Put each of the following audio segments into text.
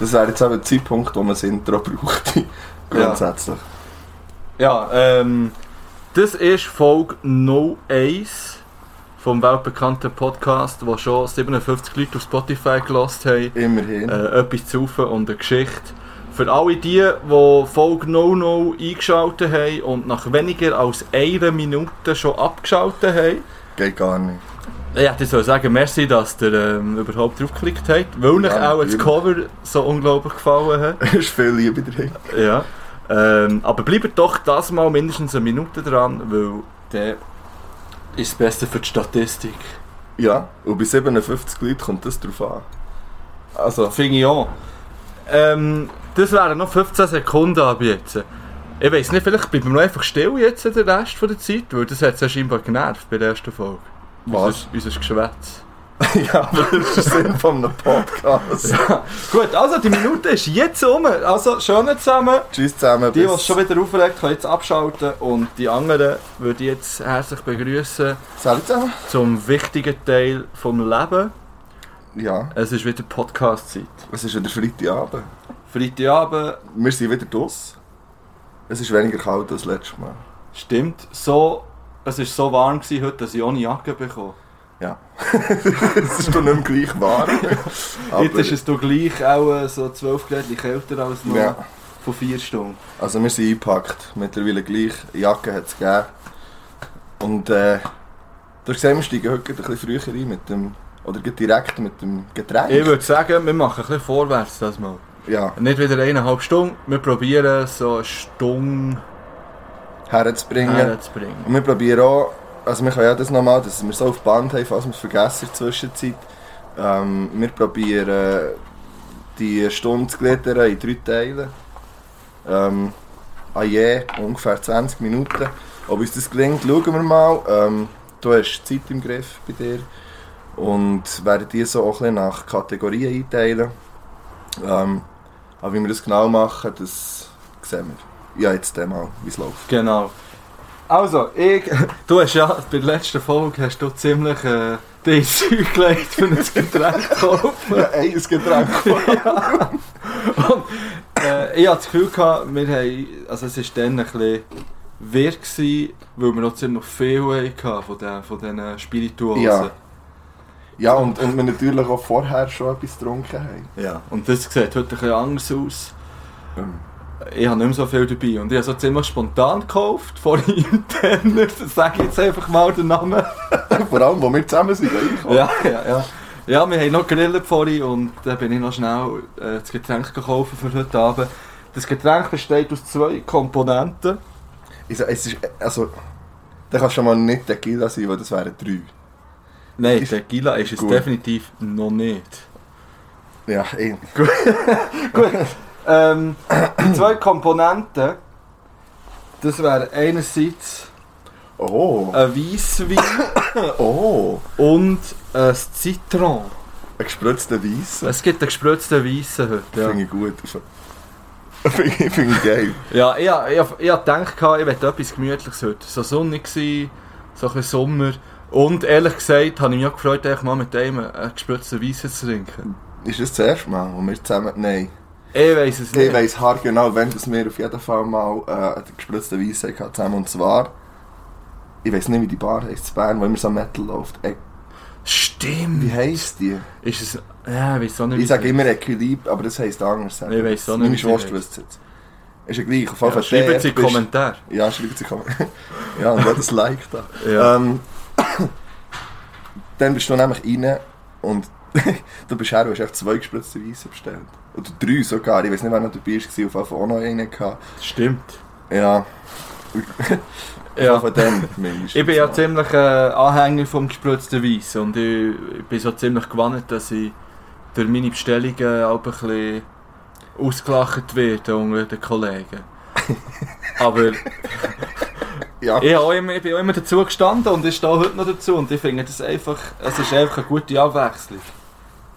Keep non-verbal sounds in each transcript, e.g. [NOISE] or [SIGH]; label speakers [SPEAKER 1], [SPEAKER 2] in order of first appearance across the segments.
[SPEAKER 1] Das wäre jetzt eben der Zeitpunkt, wo man das Intro [LAUGHS] braucht. Grundsätzlich.
[SPEAKER 2] Ja, ähm, das ist Folge 01 vom weltbekannten Podcast, wo schon 57 Leute auf Spotify gelost haben.
[SPEAKER 1] Immerhin.
[SPEAKER 2] Äh, etwas zu rufen und eine Geschichte. Für alle die, die Folge 00 eingeschaltet haben und nach weniger als einer Minute schon abgeschaltet haben,
[SPEAKER 1] Geht gar nicht. [LAUGHS]
[SPEAKER 2] ja, ich soll sagen, merci, dass ihr ähm, überhaupt draufgeklickt habt, weil euch
[SPEAKER 1] Ja,
[SPEAKER 2] auch das
[SPEAKER 1] natürlich.
[SPEAKER 2] Cover so unglaublich gefallen hat.
[SPEAKER 1] ist viel Liebe drin.
[SPEAKER 2] Ja. Ähm, aber bleibt doch das mal mindestens eine Minute dran, weil der ist das Beste für die Statistik.
[SPEAKER 1] Ja, und bei 57 Leuten kommt das drauf an. Also,
[SPEAKER 2] Finde ich auch. Ähm, das wären noch 15 Sekunden ab jetzt. Ich weiß nicht, vielleicht bleiben wir noch einfach still jetzt den Rest von der Zeit, weil das hat es ja scheinbar genervt bei der ersten Folge.
[SPEAKER 1] was?
[SPEAKER 2] Unser, unser Geschwätz.
[SPEAKER 1] [LAUGHS] ja, aber das ist der Sinn von einem Podcast.
[SPEAKER 2] Gut, also die Minute ist jetzt um. Also schön zusammen.
[SPEAKER 1] Tschüss zusammen.
[SPEAKER 2] Die, die
[SPEAKER 1] bis-
[SPEAKER 2] es schon wieder aufregt, können jetzt abschalten. Und die anderen würde ich jetzt herzlich begrüßen.
[SPEAKER 1] Salut zusammen.
[SPEAKER 2] zum wichtigen Teil vom Leben.
[SPEAKER 1] Ja,
[SPEAKER 2] Es ist wieder Podcast-Zeit.
[SPEAKER 1] es ist wieder Freitagabend.
[SPEAKER 2] Freitagabend,
[SPEAKER 1] Wir sind wieder draussen. Es ist weniger kalt als letztes Mal. [LAUGHS]
[SPEAKER 2] stimmt, so, es war so warm gewesen heute, dass ich ohne Jacke bekomme.
[SPEAKER 1] Ja. es ist doch nicht mehr gleich warm. Aber,
[SPEAKER 2] Jetzt ist es doch gleich auch äh, so 12 Grad kälter als noch
[SPEAKER 1] Ja.
[SPEAKER 2] vor 4 Stunden.
[SPEAKER 1] Also wir sind eingepackt. Mittlerweile gleich. Jacke hat es gegeben. Und äh, du hast gesehen, wir steigen heute gerade ein bisschen früher ein mit dem... Oder gerade direkt mit dem Getränk.
[SPEAKER 2] Ich würde sagen, wir machen ein bisschen vorwärts das mal.
[SPEAKER 1] ja,
[SPEAKER 2] Nicht wieder eineinhalb Stunden, wir probieren so eine Stunde
[SPEAKER 1] herzubringen.
[SPEAKER 2] herzubringen.
[SPEAKER 1] Und wir probieren auch... Also wir können ja das nochmal, dass wir so auf Band haben, falls wir es vergessen in der Zwischenzeit. Ähm, wir probieren äh, die Stunde zu gliedern in drei Teilen. Ähm, ah je, ungefähr 20 Minuten. Ob uns das gelingt, schauen wir mal. Ähm, du hast Zeit im Griff bei dir und werden die so auch ein bisschen nach Kategorien einteilen. Ähm, aber wie wir das genau machen, das sehen wir. Ja, jetzt mal, wie es
[SPEAKER 2] [LAUGHS]
[SPEAKER 1] läuft.
[SPEAKER 2] Genau. Also, ich, [LAUGHS] du hast ja, bei der letzten Folge hast du ziemlich äh, [LAUGHS] dein Zeug gelegt, für ein Getränk zu kaufen.
[SPEAKER 1] ein [LAUGHS] Getränk.
[SPEAKER 2] Äh, ich hatte das Gefühl, gehabt, wir haben, also es war dann ein bisschen wirr, gewesen, weil wir noch ziemlich viel hatten von diesen von diesen Spirituosen.
[SPEAKER 1] Ja. Ja, und, und wir natürlich auch vorher schon etwas getrunken haben.
[SPEAKER 2] ja. Und das sieht heute ein bisschen anders aus.
[SPEAKER 1] Ähm.
[SPEAKER 2] Ich habe nicht mehr so viel dabei und ich habe so ziemlich spontan gekauft, [LAUGHS] vorhin im Tenner, das sage ich jetzt einfach mal den Namen.
[SPEAKER 1] Vor allem, wo wir zusammen sind. einkaufen.
[SPEAKER 2] Ja, ja, ja. Ja, wir haben noch gegrillt vorhin und dann bin ich noch schnell äh, das Getränk gekauft für heute Abend. Das Getränk besteht aus zwei Komponenten.
[SPEAKER 1] Ich sag, es ist, also, da kann schon mal nicht Tequila sein, weil das wären drei.
[SPEAKER 2] Nein,
[SPEAKER 1] Ist-
[SPEAKER 2] Tequila ist es
[SPEAKER 1] Gut.
[SPEAKER 2] definitiv noch nicht.
[SPEAKER 1] Ja, eh.
[SPEAKER 2] Gut. Ähm, die zwei Komponenten, das wäre einerseits
[SPEAKER 1] Oh,
[SPEAKER 2] ein Weisswein
[SPEAKER 1] oh,
[SPEAKER 2] und ein Zitron.
[SPEAKER 1] ein gespritzter Weissen.
[SPEAKER 2] Es gibt einen gespritzten Weissen heute. Ja.
[SPEAKER 1] Finde ich gut. Also, [LAUGHS] Finde ich, finde ich geil.
[SPEAKER 2] Ja, ich, hab- ich, hab- ich hab gedacht, gehabt, ich möchte etwas Gemütliches heute. So sonnig gsi, so ein bisschen Sommer. Und ehrlich gesagt, habe ich mich auch gefreut, einfach mal mit dem einen gespritzten Weissen zu trinken.
[SPEAKER 1] Ist das das erste Mal, wo wir zusammen... Nein.
[SPEAKER 2] Ich weiß es
[SPEAKER 1] Ich
[SPEAKER 2] nicht.
[SPEAKER 1] weiss haargenau, wenn das wir auf jeden Fall mal äh, einen gespritzten Weissen hatten zusammen. Und zwar... Ich weiss nicht, wie die Bar heisst in Bern, wo immer so Metal läuft. Ey, wie
[SPEAKER 2] Stimmt.
[SPEAKER 1] heisst die?
[SPEAKER 2] Ist es... Ja, ich weiß auch nicht.
[SPEAKER 1] Ich
[SPEAKER 2] wie-
[SPEAKER 1] sage immer Equilibre, aber das heisst anders.
[SPEAKER 2] Ich weiss auch nicht,
[SPEAKER 1] Meine
[SPEAKER 2] wie sie
[SPEAKER 1] Schwester
[SPEAKER 2] heisst.
[SPEAKER 1] wüsste es jetzt. Ist ja gleich. Auf jeden
[SPEAKER 2] Ja,
[SPEAKER 1] Fall,
[SPEAKER 2] schreibt sie in
[SPEAKER 1] der
[SPEAKER 2] die
[SPEAKER 1] bist-
[SPEAKER 2] Kommentare.
[SPEAKER 1] Ja, schreibt sie Kommentare. [LAUGHS] ja, und das Like da.
[SPEAKER 2] Ja.
[SPEAKER 1] Ähm, [COUGHS] dann bist du nämlich rein und [LAUGHS] du bist her, du hast echt zwei gespritzte Weisse bestellt. Oder drei sogar. Ich weiß nicht, wer noch dabei war, auf jeden Fall auch noch einen gehabt.
[SPEAKER 2] Stimmt.
[SPEAKER 1] Ja,
[SPEAKER 2] Ja.
[SPEAKER 1] von
[SPEAKER 2] [LAUGHS]
[SPEAKER 1] dem mindestens.
[SPEAKER 2] Ich bin ja ziemlich äh, Anhänger vom gespritzten Weiss und ich, ich bin so ziemlich gewandt, dass ich durch meine Bestellungen auch ein bisschen ausgelacht werde unter
[SPEAKER 1] [LAUGHS]
[SPEAKER 2] den Kollegen. Aber
[SPEAKER 1] Ja,
[SPEAKER 2] ich, habe auch immer, ich bin auch immer dazu gestanden und ich stehe heute noch dazu und ich finde das einfach, es ist einfach eine gute Abwechslung.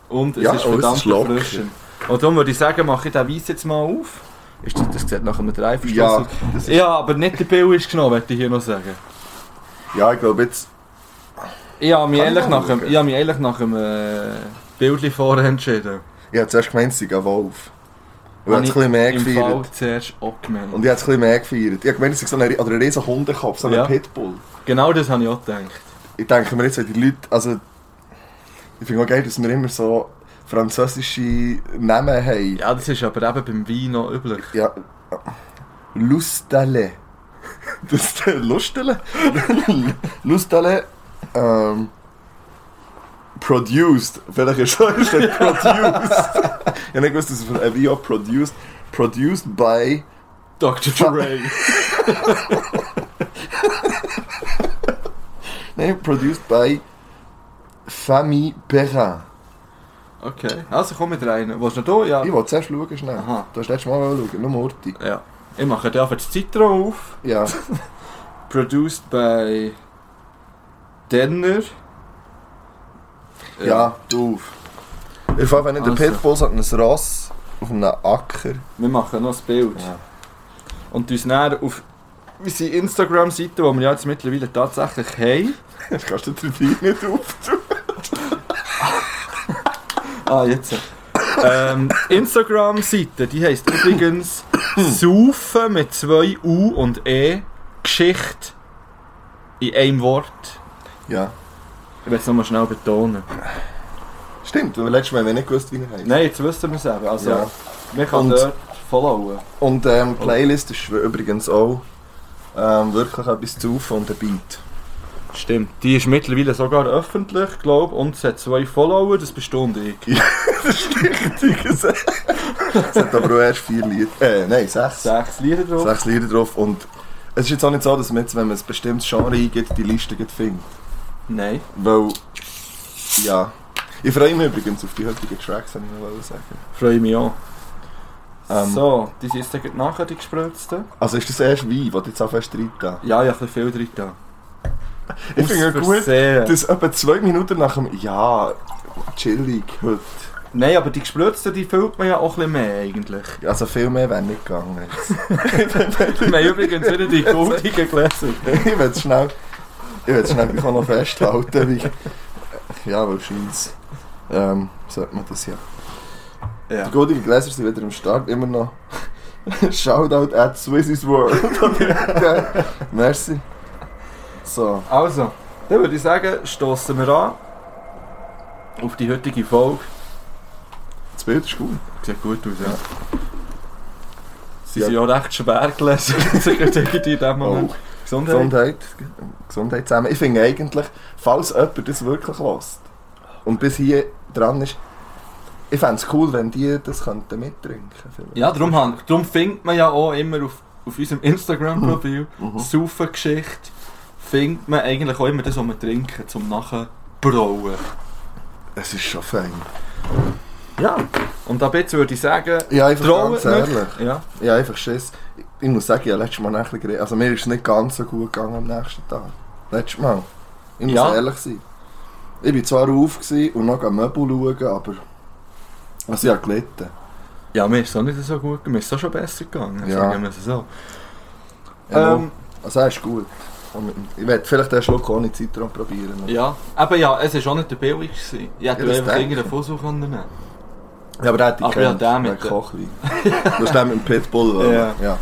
[SPEAKER 2] Und es
[SPEAKER 1] Ja,
[SPEAKER 2] ist
[SPEAKER 1] oh, es
[SPEAKER 2] verdammt
[SPEAKER 1] ist locker.
[SPEAKER 2] erfrischend. Und darum würde ich sagen, mache ich den Weiss jetzt mal auf. Ist das, das sieht nach einem
[SPEAKER 1] ja,
[SPEAKER 2] Dreiverschluss
[SPEAKER 1] das
[SPEAKER 2] aus. Ja, aber nicht der Bill ist genommen, möchte ich hier noch sagen.
[SPEAKER 1] ja, ich glaube jetzt...
[SPEAKER 2] Ich habe mich,
[SPEAKER 1] Kann
[SPEAKER 2] ehrlich
[SPEAKER 1] man
[SPEAKER 2] nach dem,
[SPEAKER 1] schauen.
[SPEAKER 2] eh, ich habe mich ehrlich nach dem äh, Bildchen vorher entschieden.
[SPEAKER 1] Ich habe zuerst gemeint, es sei ein Wolf. Und ich
[SPEAKER 2] Habe
[SPEAKER 1] habe es ein bisschen mehr
[SPEAKER 2] Im Fall
[SPEAKER 1] gefeiert.
[SPEAKER 2] zuerst auch gemeint.
[SPEAKER 1] Und ich habe es ein bisschen mehr gefeiert. Ich habe gemeint, es sei so ein, oder ein riesen Hundekopf, so ein
[SPEAKER 2] Ja.
[SPEAKER 1] Pitbull.
[SPEAKER 2] Genau das habe ich auch gedacht.
[SPEAKER 1] Ich denke mir jetzt, wenn die Leute, also... Ich finde auch geil, dass wir immer so französische Namen haben.
[SPEAKER 2] Ja, das ist aber eben beim Wein noch üblich.
[SPEAKER 1] Ja. Lustale. [LAUGHS] Das ist der Lustele? [LAUGHS] Lustele. Ähm, produced. Vielleicht ist es
[SPEAKER 2] [LAUGHS]
[SPEAKER 1] steht produced. [LAUGHS] ich habe nicht gewusst, dass es von Avio produced. Produced by.
[SPEAKER 2] Dr. Dre.
[SPEAKER 1] Nein, produced by. Famille Perrin.
[SPEAKER 2] Okay, also komm mit rein. Willst du noch da?
[SPEAKER 1] Ich
[SPEAKER 2] Ja.
[SPEAKER 1] wollte zuerst schauen, schnell.
[SPEAKER 2] Aha.
[SPEAKER 1] Du hast letztes Mal auch schauen, nur Horti.
[SPEAKER 2] ja. Ich mache dir einfach das Citron auf.
[SPEAKER 1] Ja.
[SPEAKER 2] Produced by... Denner.
[SPEAKER 1] [LAUGHS]
[SPEAKER 2] Eh,
[SPEAKER 1] ja, du. Ich fahre, wenn ich
[SPEAKER 2] Also.
[SPEAKER 1] der Pitbull sagt, ein Ross auf einem Acker.
[SPEAKER 2] Wir machen noch ein Bild.
[SPEAKER 1] Ja.
[SPEAKER 2] Und uns dann auf unsere Instagram-Seite, die wir ja jetzt mittlerweile tatsächlich haben.
[SPEAKER 1] [LAUGHS] Jetzt kannst du den Wein nicht auf.
[SPEAKER 2] Ah, jetzt. ähm, Instagram-Seite, die heisst [COUGHS] übrigens Saufen mit zwei U und E. Geschichte in einem Wort.
[SPEAKER 1] Ja.
[SPEAKER 2] Ich will es nochmal schnell betonen.
[SPEAKER 1] Stimmt, weil letztes Mal haben wir nicht gewusst, wie er heißt.
[SPEAKER 2] Nein, jetzt wissen wir es eben. Also,
[SPEAKER 1] Ja.
[SPEAKER 2] wir können
[SPEAKER 1] Und-
[SPEAKER 2] dort followen.
[SPEAKER 1] Und ähm, die Playlist ist übrigens auch ähm, wirklich etwas zu auf und der [LAUGHS] Beat.
[SPEAKER 2] Stimmt. Die ist mittlerweile sogar öffentlich, glaube ich, und sie hat zwei Follower, das bestimmt ich.
[SPEAKER 1] Richtig gesagt. es hat aber auch erst vier Lieder. Äh, nein, sechs.
[SPEAKER 2] Sechs Lieder drauf.
[SPEAKER 1] Sechs Lieder drauf. Und es ist jetzt auch nicht so, dass man jetzt, wenn man ein bestimmtes Genre eingibt, die Liste gleich findet.
[SPEAKER 2] Nein.
[SPEAKER 1] Weil. Ja. Ich freue mich übrigens auf die heutigen Tracks, wenn ich noch wollte sagen.
[SPEAKER 2] Freue mich auch.
[SPEAKER 1] Ähm.
[SPEAKER 2] so, die sind jetzt gleich nachher die gespritzten.
[SPEAKER 1] Also ist das erst Wein, wo du jetzt anfängst reingehen?
[SPEAKER 2] Ja, ich habe ein bisschen viel drin.
[SPEAKER 1] Ich finde es gut,
[SPEAKER 2] gut.
[SPEAKER 1] dass etwa zwei Minuten nach dem Ja, chillig heute.
[SPEAKER 2] Nein, aber die gespritzten, die füllt man ja auch ein bisschen mehr eigentlich.
[SPEAKER 1] Also viel mehr wäre nicht gegangen. jetzt. [LAUGHS]
[SPEAKER 2] [LAUGHS] Wir haben übrigens wieder [LAUGHS] die goldigen Gläser.
[SPEAKER 1] ich will es schnell, ich will schnell gleich auch noch festhalten, wie, ja, weil scheint's, ähm, sollte man das ja.
[SPEAKER 2] Ja.
[SPEAKER 1] Die guten Gläser sind wieder am Start, immer noch. [LAUGHS] Shoutout at Swiss is World. [LAUGHS] okay. Merci. So,
[SPEAKER 2] Also, dann würde ich sagen, stoßen wir an auf die heutige Folge.
[SPEAKER 1] das Bild ist gut.
[SPEAKER 2] Sieht gut aus, ja. Sie
[SPEAKER 1] Ja.
[SPEAKER 2] sind ja recht schwer [LAUGHS] gelesen, in dem Moment. Gesundheit.
[SPEAKER 1] Gesundheit. Gesundheit zusammen. Ich finde eigentlich, falls jemand das wirklich lässt und bis hier dran ist, ich fände es cool, wenn die das könnten mittrinken könnten.
[SPEAKER 2] Ja, darum, han- darum findet man ja auch immer auf, auf unserem Instagram-Profil
[SPEAKER 1] Mhm.
[SPEAKER 2] Saufengeschichte findet man eigentlich auch immer das, was wir trinken, zum nachher brauen.
[SPEAKER 1] Es ist schon fein.
[SPEAKER 2] Ja. Und ab jetzt würde ich sagen,
[SPEAKER 1] Ja, einfach
[SPEAKER 2] trauen
[SPEAKER 1] ganz ehrlich.
[SPEAKER 2] Ja.
[SPEAKER 1] Ja, einfach Schiss. Ich, ich muss sagen, ich habe letztes Mal ein bisschen geredet. Also mir ist es nicht ganz so gut gegangen am nächsten Tag. Letztes Mal. Ich muss
[SPEAKER 2] Ja.
[SPEAKER 1] ehrlich sein. Ich war zwar auf gewesen und noch am Möbel schauen, aber... Also ich habe gelitten.
[SPEAKER 2] ja, mir ist es auch nicht so gut, mir ist es auch schon besser gegangen,
[SPEAKER 1] Ja.
[SPEAKER 2] sagen wir es so.
[SPEAKER 1] Ja,
[SPEAKER 2] Ähm,
[SPEAKER 1] also er ist gut. Und mit- Ich werde vielleicht den Schluck ohne Zitron probieren.
[SPEAKER 2] ja. Aber ja, es war auch nicht der billigste. gewesen. Ich hätte
[SPEAKER 1] Ja, das
[SPEAKER 2] einfach
[SPEAKER 1] denke
[SPEAKER 2] irgendeinen Fussel können nehmen
[SPEAKER 1] Ja, aber der hat die
[SPEAKER 2] Aber ja, der mit-
[SPEAKER 1] Kochwein. Du hast den mit dem Pitbull. wollen.
[SPEAKER 2] Ja.
[SPEAKER 1] ja.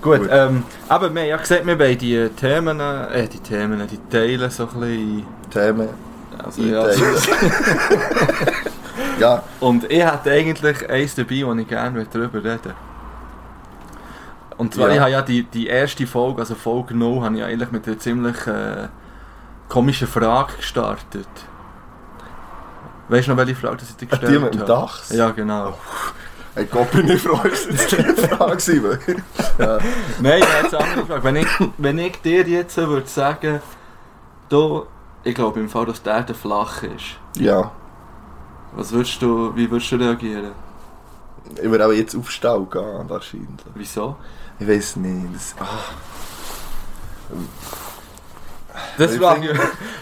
[SPEAKER 2] Gut,
[SPEAKER 1] Gut.
[SPEAKER 2] ähm, aber wir haben ja gesagt, wir wollen die Themen, äh, die Themen, die Teile so ein bisschen...
[SPEAKER 1] Themen.
[SPEAKER 2] Also, [LAUGHS] ja, so-
[SPEAKER 1] einteilen. ja,
[SPEAKER 2] Und ich hätte eigentlich eins dabei, wo ich gerne darüber reden würde. Und zwar,
[SPEAKER 1] Ja.
[SPEAKER 2] ich habe ja die, die erste Folge, also Folge 0, habe ich ja eigentlich mit einer ziemlich äh, komischen Frage gestartet. Weißt du noch, welche Frage das ich dir
[SPEAKER 1] die
[SPEAKER 2] gestellt
[SPEAKER 1] mit dem
[SPEAKER 2] habe?
[SPEAKER 1] Dachs.
[SPEAKER 2] Ja, genau.
[SPEAKER 1] Hey, Gott, bin ich froh, dass das die Frage war.
[SPEAKER 2] Nein, ich habe jetzt eine andere Frage. Wenn ich, wenn ich dir jetzt würde sagen, du, ich glaube im Fall, dass der Erde flach ist,
[SPEAKER 1] Ja,
[SPEAKER 2] was würdest du, wie würdest du reagieren?
[SPEAKER 1] ich würde aber jetzt auf Stau gehen, wahrscheinlich.
[SPEAKER 2] Wieso?
[SPEAKER 1] Ich weiß nicht. Das, ah.
[SPEAKER 2] Das
[SPEAKER 1] Ich
[SPEAKER 2] frage ich.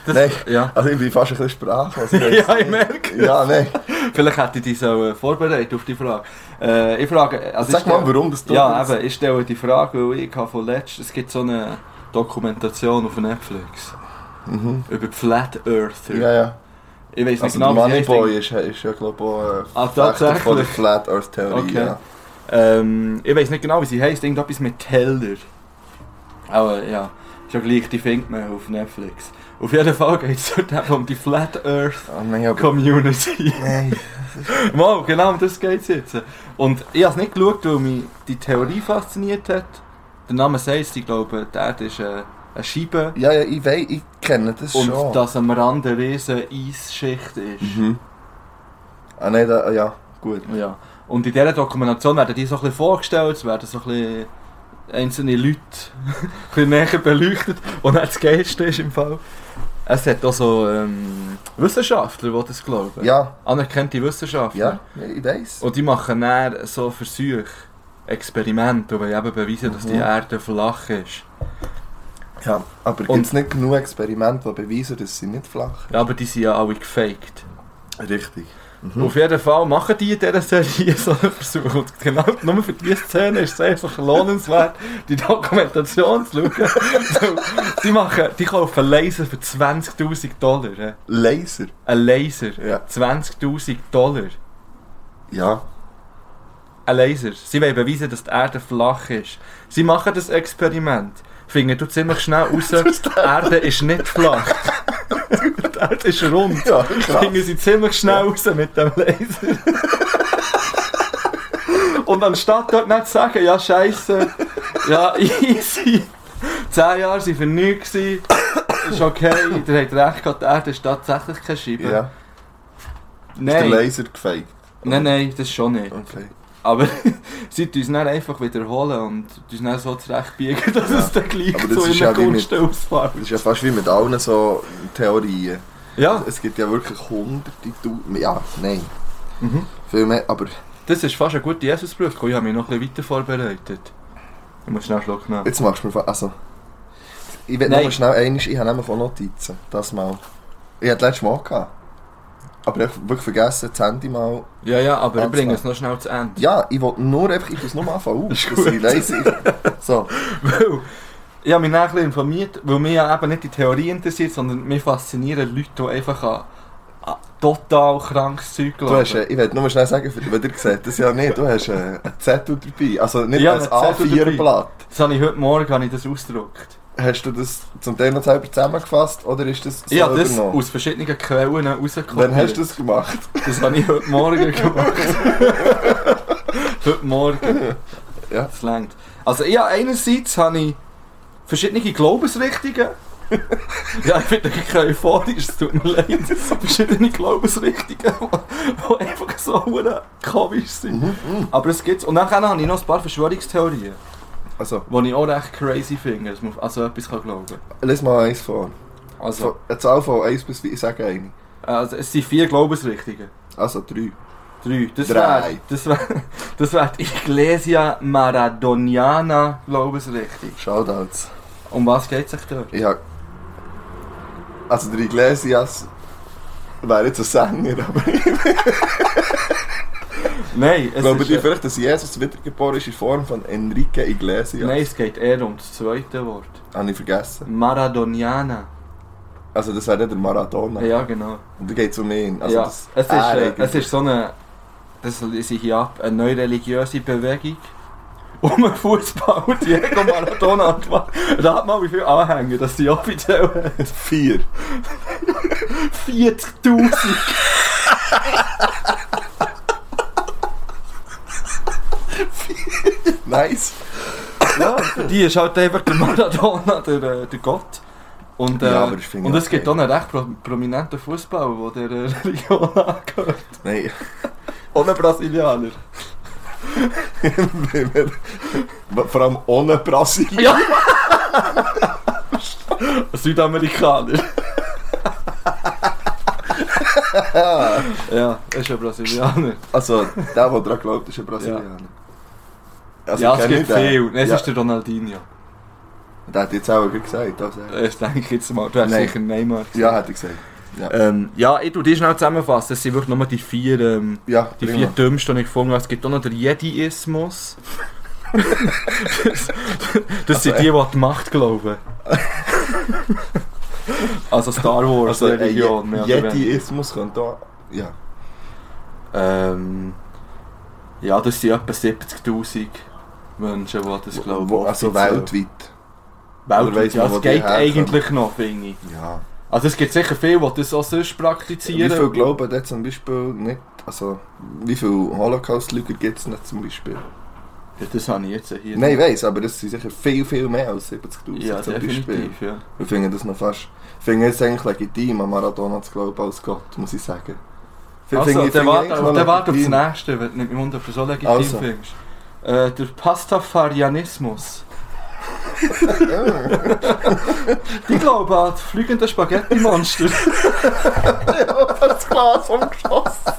[SPEAKER 2] Das,
[SPEAKER 1] Nein.
[SPEAKER 2] Ja.
[SPEAKER 1] Also ich bin fast ein bisschen sprachlos. weiss
[SPEAKER 2] ja,
[SPEAKER 1] nicht.
[SPEAKER 2] ich merke.
[SPEAKER 1] [LAUGHS] Ja, nein.
[SPEAKER 2] Vielleicht hätte ich dich so äh, vorbereitet auf die Frage. Äh, ich frage, also
[SPEAKER 1] Sag
[SPEAKER 2] ich stelle-
[SPEAKER 1] mal, warum das du
[SPEAKER 2] Ja, eben, ich stelle die Frage, weil ich habe von letzt, es gibt so eine Dokumentation auf Netflix
[SPEAKER 1] Mhm.
[SPEAKER 2] über die Flat Earther.
[SPEAKER 1] Ja, ja.
[SPEAKER 2] Ich weiß nicht
[SPEAKER 1] Also
[SPEAKER 2] genau,
[SPEAKER 1] der
[SPEAKER 2] wie sie heisst.
[SPEAKER 1] Moneyboy ist, ist ja glaube ich auch
[SPEAKER 2] Ah,
[SPEAKER 1] ein Verfechter von der
[SPEAKER 2] tatsächlich?
[SPEAKER 1] Flat Earth Theorie.
[SPEAKER 2] Okay.
[SPEAKER 1] Ja.
[SPEAKER 2] Ähm, ich weiß nicht genau, wie sie heißt. Irgendetwas mit Teller. Aber ja, schon gleich, die findet man auf Netflix. Auf jeden Fall geht es [LAUGHS] dort eben um die Flat Earth
[SPEAKER 1] Oh, nein, aber, [LAUGHS]
[SPEAKER 2] Community.
[SPEAKER 1] nein.
[SPEAKER 2] Mal, genau um das geht es jetzt. Und ich habe es nicht geschaut, weil mich die Theorie fasziniert hat. Der Name sagt es, ich glaube, die Erde ist eine, eine Scheibe.
[SPEAKER 1] Ja, ja, ich weiß, ich kenne das
[SPEAKER 2] Und
[SPEAKER 1] schon.
[SPEAKER 2] dass am Rand eine riesige Eisschicht ist.
[SPEAKER 1] Mhm. Ah nein, da, ja, gut.
[SPEAKER 2] Ja. Und in dieser Dokumentation werden die so ein bisschen vorgestellt, es werden so ein bisschen einzelne Leute [LAUGHS] ein bisschen näher beleuchtet. Und auch das Geilste ist im Fall, es hat auch so ähm, Wissenschaftler, die das glauben.
[SPEAKER 1] Ja,
[SPEAKER 2] Anerkannte
[SPEAKER 1] ja,
[SPEAKER 2] Wissenschaftler.
[SPEAKER 1] ja, ich weiß.
[SPEAKER 2] Und die machen dann so Versuche, Experimente, die eben beweisen, dass die
[SPEAKER 1] Mhm.
[SPEAKER 2] Erde flach ist.
[SPEAKER 1] Ja, aber
[SPEAKER 2] Und-
[SPEAKER 1] gibt es nicht genug Experimente, die beweisen, dass sie nicht flach
[SPEAKER 2] Ja, Aber die sind ja alle gefaked.
[SPEAKER 1] sind? Richtig.
[SPEAKER 2] Auf jeden Fall machen die in dieser Serie [LAUGHS] so einen Versuch. Und genau nur für diese Szene ist es einfach lohnenswert, die Dokumentation zu schauen. [LAUGHS] So, die, machen, die kaufen einen Laser für 20.000 Dollar. hä?
[SPEAKER 1] Laser?
[SPEAKER 2] Ein Laser.
[SPEAKER 1] Ja.
[SPEAKER 2] 20.000 Dollar.
[SPEAKER 1] [LAUGHS] Ja.
[SPEAKER 2] Ein Laser. Sie wollen beweisen, dass die Erde flach ist. Sie machen das Experiment. Finden du ziemlich schnell
[SPEAKER 1] [LAUGHS]
[SPEAKER 2] raus, die Erde ist nicht flach. die Erde ist rund.
[SPEAKER 1] Ja, krass.
[SPEAKER 2] Finden sie ziemlich schnell raus mit dem Laser. Und anstatt dort nicht zu sagen, ja scheiße, ja easy, 10 Jahre sind für nichts, gewesen, ist okay, ihr habt recht gehabt, die Erde ist tatsächlich keine Scheibe.
[SPEAKER 1] Ja. Ist der
[SPEAKER 2] Nein,
[SPEAKER 1] Laser gefaked?
[SPEAKER 2] nein, nein, das schon nicht.
[SPEAKER 1] Okay.
[SPEAKER 2] Aber [LAUGHS] sie tun es dann einfach wiederholen und uns dann so zurechtbiegen, dass
[SPEAKER 1] Ja.
[SPEAKER 2] es dann gleich
[SPEAKER 1] Aber das
[SPEAKER 2] zu
[SPEAKER 1] ist ja
[SPEAKER 2] ihren
[SPEAKER 1] wie mit-
[SPEAKER 2] Gunsten ausfällt.
[SPEAKER 1] Das ist ja fast wie mit allen so Theorien.
[SPEAKER 2] Ja,
[SPEAKER 1] Es gibt ja wirklich hunderte, tausend... Ja, nein.
[SPEAKER 2] mhm.
[SPEAKER 1] Viel mehr, aber
[SPEAKER 2] das ist fast eine gute Jesusbrücke. Ich habe mich noch ein bisschen weiter vorbereitet. Ich muss schnell einen Schluck nehmen.
[SPEAKER 1] jetzt machst du mir... fa- Also... Ich will
[SPEAKER 2] Nein.
[SPEAKER 1] nur schnell einiges... Ich habe nämlich auch Notizen. Das mal. Ich hatte letztes Mal gehabt. Aber ich habe wirklich vergessen, das Handy mal...
[SPEAKER 2] Ja, ja, aber wir
[SPEAKER 1] Ganz
[SPEAKER 2] bringen
[SPEAKER 1] klar.
[SPEAKER 2] es noch schnell zu Ende.
[SPEAKER 1] Ja, ich wollte nur einfach... Ich muss nur anfangen auf.
[SPEAKER 2] Ist
[SPEAKER 1] dass ich
[SPEAKER 2] gut.
[SPEAKER 1] leise... So.
[SPEAKER 2] Weil, ich habe mich dann ein bisschen informiert, weil mich ja eben nicht die Theorie interessiert, sondern mich faszinieren Leute, die einfach an, an total krankes Zeug
[SPEAKER 1] Du hast, äh, ich wollte nur schnell sagen, für- weil ihr seht das ja nicht, du hast äh, einen Zettel dabei, also nicht
[SPEAKER 2] Ja,
[SPEAKER 1] ein
[SPEAKER 2] einen Zettel
[SPEAKER 1] A4-Blatt.
[SPEAKER 2] Das habe ich heute Morgen habe ich das ausgedruckt.
[SPEAKER 1] Hast du das zum Teil noch selber zusammengefasst oder ist das so
[SPEAKER 2] ich habe das
[SPEAKER 1] übernommen?
[SPEAKER 2] aus verschiedenen Quellen rausgekommen.
[SPEAKER 1] Wann hast du das gemacht?
[SPEAKER 2] Das habe ich heute Morgen gemacht. heute Morgen.
[SPEAKER 1] Ja.
[SPEAKER 2] Das längt. Also ja, einerseits habe ich verschiedene Glaubensrichtungen. ja, ich finde das kein euphorisch, es tut mir leid. Verschiedene Glaubensrichtungen, die einfach so verdammt komisch sind. Aber es gibt's. Und nachher habe ich noch ein paar Verschwörungstheorien,
[SPEAKER 1] Also,
[SPEAKER 2] die ich auch recht crazy finde, dass man also etwas kann glauben kann.
[SPEAKER 1] lass mal eins vor.
[SPEAKER 2] Also,
[SPEAKER 1] So. Eine Zahl von 1 bis 4, ich sage eine.
[SPEAKER 2] also, es sind vier Glaubensrichtungen.
[SPEAKER 1] Also 3.
[SPEAKER 2] Drei. Das
[SPEAKER 1] Drei.
[SPEAKER 2] wäre das wär, [LAUGHS] das wär die Iglesia Maradoniana, glaube ich, richtig.
[SPEAKER 1] Shoutouts.
[SPEAKER 2] Um was geht es sich dort?
[SPEAKER 1] Ich hab... Also der Iglesias wäre jetzt ein Sänger, aber ich
[SPEAKER 2] Nein, es,
[SPEAKER 1] glaube
[SPEAKER 2] ist,
[SPEAKER 1] dir
[SPEAKER 2] äh,
[SPEAKER 1] vielleicht, dass Jesus wiedergeboren ist in Form von Enrique Iglesias.
[SPEAKER 2] nein, es geht eher um das zweite Wort.
[SPEAKER 1] Habe ich vergessen.
[SPEAKER 2] Maradoniana.
[SPEAKER 1] Also das wäre dann der Maradona.
[SPEAKER 2] Ja, genau.
[SPEAKER 1] Und da geht es um ihn. Also
[SPEAKER 2] ja.
[SPEAKER 1] das
[SPEAKER 2] es, ist,
[SPEAKER 1] Ah,
[SPEAKER 2] äh,
[SPEAKER 1] eigentlich.
[SPEAKER 2] es ist so eine, das lese ich hier ab, eine neureligiöse Bewegung. [LAUGHS] Um einen Fußball, Diego Maradona und wa- Rat mal, wie viele Anhänger das die offiziell [LAUGHS] haben.
[SPEAKER 1] [LAUGHS] Vier.
[SPEAKER 2] 40.000!
[SPEAKER 1] Nice.
[SPEAKER 2] Ja, für die ist halt einfach der Maradona der, äh, der Gott. Und, äh,
[SPEAKER 1] Ja, aber das finde ich
[SPEAKER 2] und es
[SPEAKER 1] okay.
[SPEAKER 2] gibt auch einen recht pro prominenten Fußball, der der äh, [LAUGHS] Religion angehört.
[SPEAKER 1] Nein.
[SPEAKER 2] Ohne Brasilianer.
[SPEAKER 1] [LAUGHS] Vor allem ohne Brasilien.
[SPEAKER 2] Ja! Südamerikaner. ja, er ist ein Brasilianer.
[SPEAKER 1] Also, der, der daran glaubt, ist ein Brasilianer. Also,
[SPEAKER 2] ja,
[SPEAKER 1] ich
[SPEAKER 2] es
[SPEAKER 1] kenne
[SPEAKER 2] gibt
[SPEAKER 1] den.
[SPEAKER 2] viel. Nein, Es
[SPEAKER 1] Ja,
[SPEAKER 2] ist der Ronaldinho.
[SPEAKER 1] Der hat jetzt auch gesagt. Also,
[SPEAKER 2] Das denke ich jetzt mal. Du hast
[SPEAKER 1] Nein.
[SPEAKER 2] sicher Neymar. gesagt.
[SPEAKER 1] ja, hätte ich gesagt.
[SPEAKER 2] Ähm, ja, ich tu die schnell zusammenfassen. Es sind wirklich nur die vier. Ähm,
[SPEAKER 1] Ja,
[SPEAKER 2] Die
[SPEAKER 1] prima.
[SPEAKER 2] vier dümmsten, die ich gefunden habe. Es gibt auch noch den Jediismus. das das sind die, die an die Macht glauben. Also Star Wars
[SPEAKER 1] Also, äh,
[SPEAKER 2] Religion, mehr
[SPEAKER 1] Je-
[SPEAKER 2] oder weniger.
[SPEAKER 1] Jediismus könnte auch... Ja.
[SPEAKER 2] Ähm, ja, das sind etwa 70'000 Menschen, die das glauben.
[SPEAKER 1] Wo- also
[SPEAKER 2] offiziell.
[SPEAKER 1] weltweit.
[SPEAKER 2] Weltweit,
[SPEAKER 1] Oder weiss
[SPEAKER 2] ja,
[SPEAKER 1] man, wo
[SPEAKER 2] es
[SPEAKER 1] die
[SPEAKER 2] geht
[SPEAKER 1] herkommen?
[SPEAKER 2] eigentlich noch, finde ich.
[SPEAKER 1] Ja.
[SPEAKER 2] Also es gibt sicher viele, die das auch sonst
[SPEAKER 1] Wie
[SPEAKER 2] praktizieren.
[SPEAKER 1] viel glauben dort zum Beispiel nicht? Also, wie viele Holocaust-Lüger gibt es nicht zum Beispiel?
[SPEAKER 2] Ja, das habe ich jetzt hier.
[SPEAKER 1] Nein, ich weiss, aber das sind sicher viel, viel mehr als 70'000
[SPEAKER 2] ja,
[SPEAKER 1] zum Beispiel.
[SPEAKER 2] definitiv, ja.
[SPEAKER 1] Wir finden das noch fast. Ich finde es eigentlich legitim, an Maradona zu glauben als Gott, muss ich sagen.
[SPEAKER 2] Also, der
[SPEAKER 1] eigentlich
[SPEAKER 2] warte
[SPEAKER 1] noch
[SPEAKER 2] der warte auf das
[SPEAKER 1] legitim.
[SPEAKER 2] nächste, wenn du nicht im Mund etwas so legitim
[SPEAKER 1] Also.
[SPEAKER 2] findest. Äh, der
[SPEAKER 1] [LAUGHS]
[SPEAKER 2] Pastafarianismus. die glauben an das
[SPEAKER 1] [LAUGHS]
[SPEAKER 2] fliegende Spaghetti-Monster.
[SPEAKER 1] das Glas umgeschossen.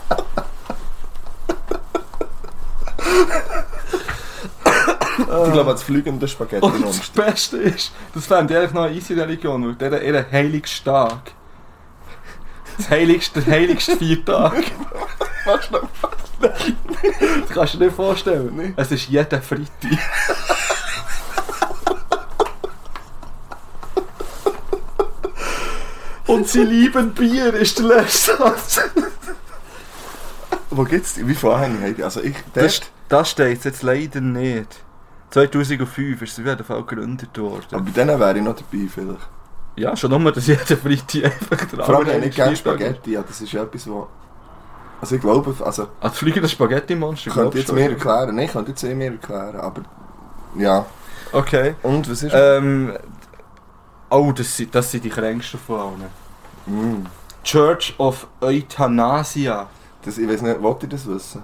[SPEAKER 1] ich glaube, das fliegende Spaghetti
[SPEAKER 2] Und das
[SPEAKER 1] monster
[SPEAKER 2] Beste ist, das fände ich eigentlich noch eine easy Religion, weil der ihr heiligsten Tag. Das heiligste, der heiligste
[SPEAKER 1] [LAUGHS]
[SPEAKER 2] Viertag.
[SPEAKER 1] Machst du noch?
[SPEAKER 2] [LAUGHS] Das kannst du dir nicht vorstellen.
[SPEAKER 1] Nee.
[SPEAKER 2] Es ist jeden Freitag. Und sie lieben Bier, ist der letzte Satz.
[SPEAKER 1] Wo gibt's die? Wie vorher habe ich Also ich, dort,
[SPEAKER 2] das steht jetzt leider nicht. 2005 ist es auf jeden Fall gegründet
[SPEAKER 1] aber
[SPEAKER 2] worden.
[SPEAKER 1] bei denen wäre ich noch dabei vielleicht.
[SPEAKER 2] Ja, schon nur, dass jeden Freitag einfach dran
[SPEAKER 1] Vor allem habe ich nicht gerne Spaghetti, ja, das ist ja etwas, wo... Also ich glaube, also
[SPEAKER 2] Ah, das fliegende Spaghetti-Monster.
[SPEAKER 1] könnt ihr
[SPEAKER 2] glaubst
[SPEAKER 1] jetzt
[SPEAKER 2] du,
[SPEAKER 1] mir
[SPEAKER 2] oder?
[SPEAKER 1] erklären, nein, könnt ihr jetzt eh mir erklären, aber... Ja.
[SPEAKER 2] Okay.
[SPEAKER 1] Und, was ist...
[SPEAKER 2] Ähm, oh, das sind, das sind die kränksten von allen.
[SPEAKER 1] Mm.
[SPEAKER 2] Church of Euthanasia.
[SPEAKER 1] das, ich weiß nicht, wollt ihr das wissen?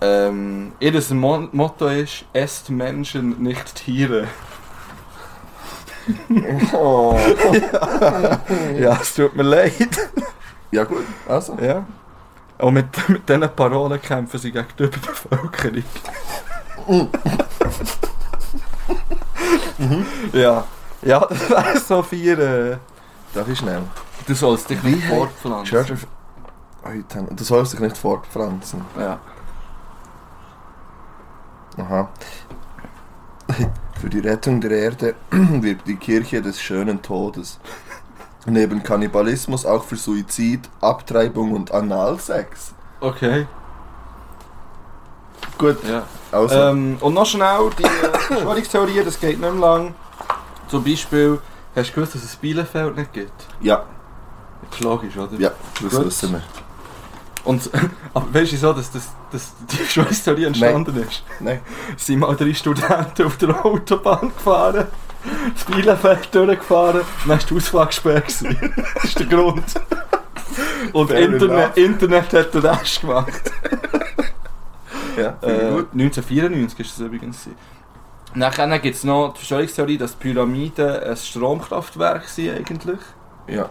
[SPEAKER 2] Ähm, ihr Mo Motto ist, esst Menschen, nicht Tiere.
[SPEAKER 1] Oh.
[SPEAKER 2] [LAUGHS] Ja, es tut mir leid.
[SPEAKER 1] ja gut, also.
[SPEAKER 2] Ja. Und mit, mit diesen Parolen kämpfen sie gegen die Überbevölkerung. [LAUGHS] ja. Ja, das wäre so vier. Äh,
[SPEAKER 1] Darf ich schnell?
[SPEAKER 2] du sollst dich nicht
[SPEAKER 1] Wie heißt-
[SPEAKER 2] fortpflanzen.
[SPEAKER 1] Church of Euthanasia. Du sollst dich nicht fortpflanzen.
[SPEAKER 2] Ja.
[SPEAKER 1] Aha. Für die Rettung der Erde [CLEARS THROAT] wirbt die Kirche des schönen Todes. Neben Kannibalismus auch für Suizid, Abtreibung und Analsex.
[SPEAKER 2] Okay.
[SPEAKER 1] Gut.
[SPEAKER 2] Ja.
[SPEAKER 1] Also,
[SPEAKER 2] Ähm, und noch schnell
[SPEAKER 1] [LAUGHS]
[SPEAKER 2] die äh, Verschwörungstheorie, das geht nicht mehr lang. Zum Beispiel, hast du gewusst, dass es Bielefeld nicht gibt?
[SPEAKER 1] ja,
[SPEAKER 2] Das ist logisch, oder?
[SPEAKER 1] ja, das
[SPEAKER 2] Gut.
[SPEAKER 1] wissen wir.
[SPEAKER 2] Und, aber weißt du so, dass, dass, dass die Verschwörungstheorie entstanden ist?
[SPEAKER 1] Nein.
[SPEAKER 2] Es sind mal drei Studenten auf der Autobahn gefahren, das Bielefeld durchgefahren, dann war die Ausfahrt gesperrt. gewesen. Das ist der
[SPEAKER 1] [LAUGHS]
[SPEAKER 2] Grund. Und
[SPEAKER 1] Fair
[SPEAKER 2] Internet,
[SPEAKER 1] enough.
[SPEAKER 2] Internet hat den Rest gemacht.
[SPEAKER 1] Ja,
[SPEAKER 2] Äh,
[SPEAKER 1] finde ich gut.
[SPEAKER 2] 1994 ist es übrigens. gewesen. Nachher gibt es noch die Verschwörungstheorie, dass die Pyramiden ein Stromkraftwerk sind eigentlich.
[SPEAKER 1] Ja,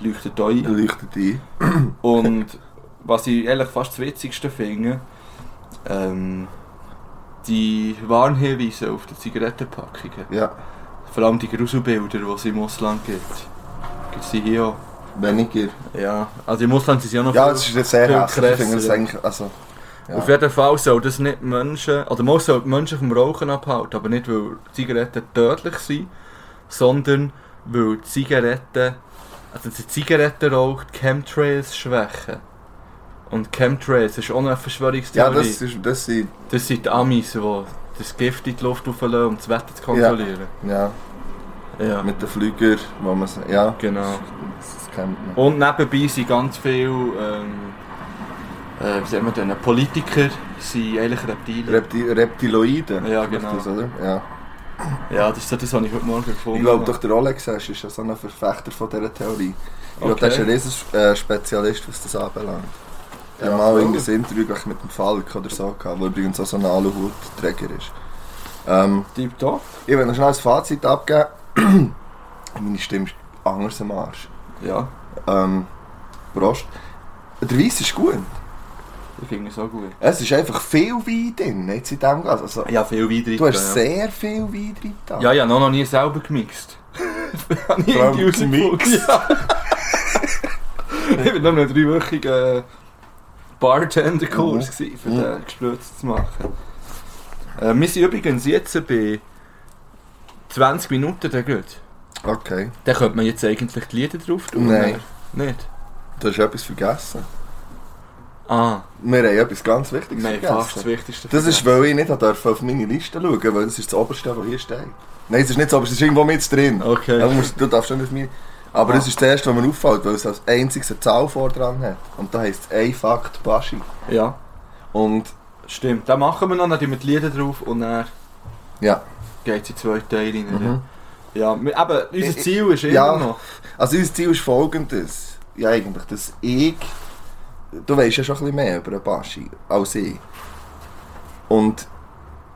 [SPEAKER 2] Leuchtet euch.
[SPEAKER 1] leuchtet ein.
[SPEAKER 2] Und was ich ehrlich fast das Witzigste finde, ähm, die Warnhinweise auf den Zigarettenpackungen.
[SPEAKER 1] Ja,
[SPEAKER 2] Vor allem die Gruselbilder, die es im Ausland gibt. Gibt sie hier auch?
[SPEAKER 1] weniger.
[SPEAKER 2] Ja, also im Ausland sind sie ja noch
[SPEAKER 1] Ja,
[SPEAKER 2] viel-
[SPEAKER 1] das ist jetzt sehr
[SPEAKER 2] Viel
[SPEAKER 1] hässlich. Ich finde
[SPEAKER 2] krasser,
[SPEAKER 1] das
[SPEAKER 2] ja.
[SPEAKER 1] eigentlich, also... Ja.
[SPEAKER 2] Auf jeden Fall soll das nicht Menschen, oder man soll die Menschen vom Rauchen abhalten, aber nicht, weil Zigaretten tödlich sind, sondern weil die Zigaretten, also die Zigarettenrauch die Chemtrails schwächen. Und Chemtrails ist auch noch eine
[SPEAKER 1] ja
[SPEAKER 2] Verschwörungstheorie.
[SPEAKER 1] das,
[SPEAKER 2] das,
[SPEAKER 1] ist, das sind...
[SPEAKER 2] sind die Amis, die das Gift in die Luft auflassen, um das Wetter zu kontrollieren.
[SPEAKER 1] Ja,
[SPEAKER 2] Ja,
[SPEAKER 1] mit den Flügern, wo man... Ja,
[SPEAKER 2] genau.
[SPEAKER 1] das kennt man.
[SPEAKER 2] Und nebenbei sind ganz viele, ähm, äh, wie sagen wir denn, Politiker sind eigentlich Reptilien.
[SPEAKER 1] Repti Reptiloiden.
[SPEAKER 2] Ja,
[SPEAKER 1] ist
[SPEAKER 2] genau.
[SPEAKER 1] Das, oder? Ja.
[SPEAKER 2] ja, das ist so das, was ich heute Morgen gefunden
[SPEAKER 1] Ich glaube,
[SPEAKER 2] habe.
[SPEAKER 1] doch der Oleg Sesch ist ja so ein Verfechter von dieser Theorie. Ich glaube,
[SPEAKER 2] Okay.
[SPEAKER 1] der ist ein riesen äh, Spezialist, was das anbelangt. Er
[SPEAKER 2] Ja,
[SPEAKER 1] hat mal
[SPEAKER 2] voll.
[SPEAKER 1] irgendein Interview glaub ich, mit dem Falk oder so gehabt, der übrigens auch so ein Aluhutträger ist. Ähm,
[SPEAKER 2] Tipptopp.
[SPEAKER 1] ich will noch schnell ein Fazit abgeben. [CLEARS THROAT] Meine Stimme ist anders am Arsch.
[SPEAKER 2] Ja,
[SPEAKER 1] Ähm, Prost. Der Weiss ist gut.
[SPEAKER 2] ich finde es auch gut.
[SPEAKER 1] Es ist einfach viel Wein drin, jetzt in diesem Glas. Also,
[SPEAKER 2] Ja, viel weiter.
[SPEAKER 1] du hast
[SPEAKER 2] ja.
[SPEAKER 1] sehr viel Wein drin. getan.
[SPEAKER 2] Ja, ja, noch, noch nie selber [LAUGHS] gemixt. Habe ich
[SPEAKER 1] Vor allem
[SPEAKER 2] irgendwie rausgefunden,
[SPEAKER 1] gemixt.
[SPEAKER 2] Ja. ich bin noch in einem dreiwöchigen Bartender-Kurs, gewesen, für
[SPEAKER 1] Mhm.
[SPEAKER 2] den Gespritz zu machen. Äh, wir sind übrigens jetzt bei 20 Minuten, der geht.
[SPEAKER 1] Okay.
[SPEAKER 2] Dann könnte man jetzt eigentlich die Lieder drauf tun.
[SPEAKER 1] Nein.
[SPEAKER 2] oder? Nicht?
[SPEAKER 1] Du hast etwas vergessen.
[SPEAKER 2] Ah,
[SPEAKER 1] Wir haben etwas ganz Wichtiges
[SPEAKER 2] nein, fast das
[SPEAKER 1] vergessen.
[SPEAKER 2] Wichtigste.
[SPEAKER 1] Das ist,
[SPEAKER 2] vergessen.
[SPEAKER 1] weil ich nicht durfte auf meine Liste schauen weil das ist das Oberste, was hier steht. Nein, es ist nicht das Oberste, es ist irgendwo mit drin.
[SPEAKER 2] Okay.
[SPEAKER 1] Ja, du, musst, du darfst nicht auf mich. Aber
[SPEAKER 2] Oh, Ah.
[SPEAKER 1] das ist das erste, was mir auffällt, weil es als einziges eine Zahl vor dran hat. Und da heisst es ein Fakt Baschi.
[SPEAKER 2] Ja,
[SPEAKER 1] Und
[SPEAKER 2] stimmt. Dann machen wir noch, dann tun wir die Lieder drauf und dann
[SPEAKER 1] ja.
[SPEAKER 2] geht es in zwei Teile rein.
[SPEAKER 1] Mhm.
[SPEAKER 2] Ja, wir, aber unser
[SPEAKER 1] Ich-
[SPEAKER 2] Ziel ist immer
[SPEAKER 1] ja.
[SPEAKER 2] noch.
[SPEAKER 1] Also unser Ziel ist folgendes. Ja, eigentlich, dass ich. Du weißt ja schon ein bisschen mehr über den Baschi als ich. Und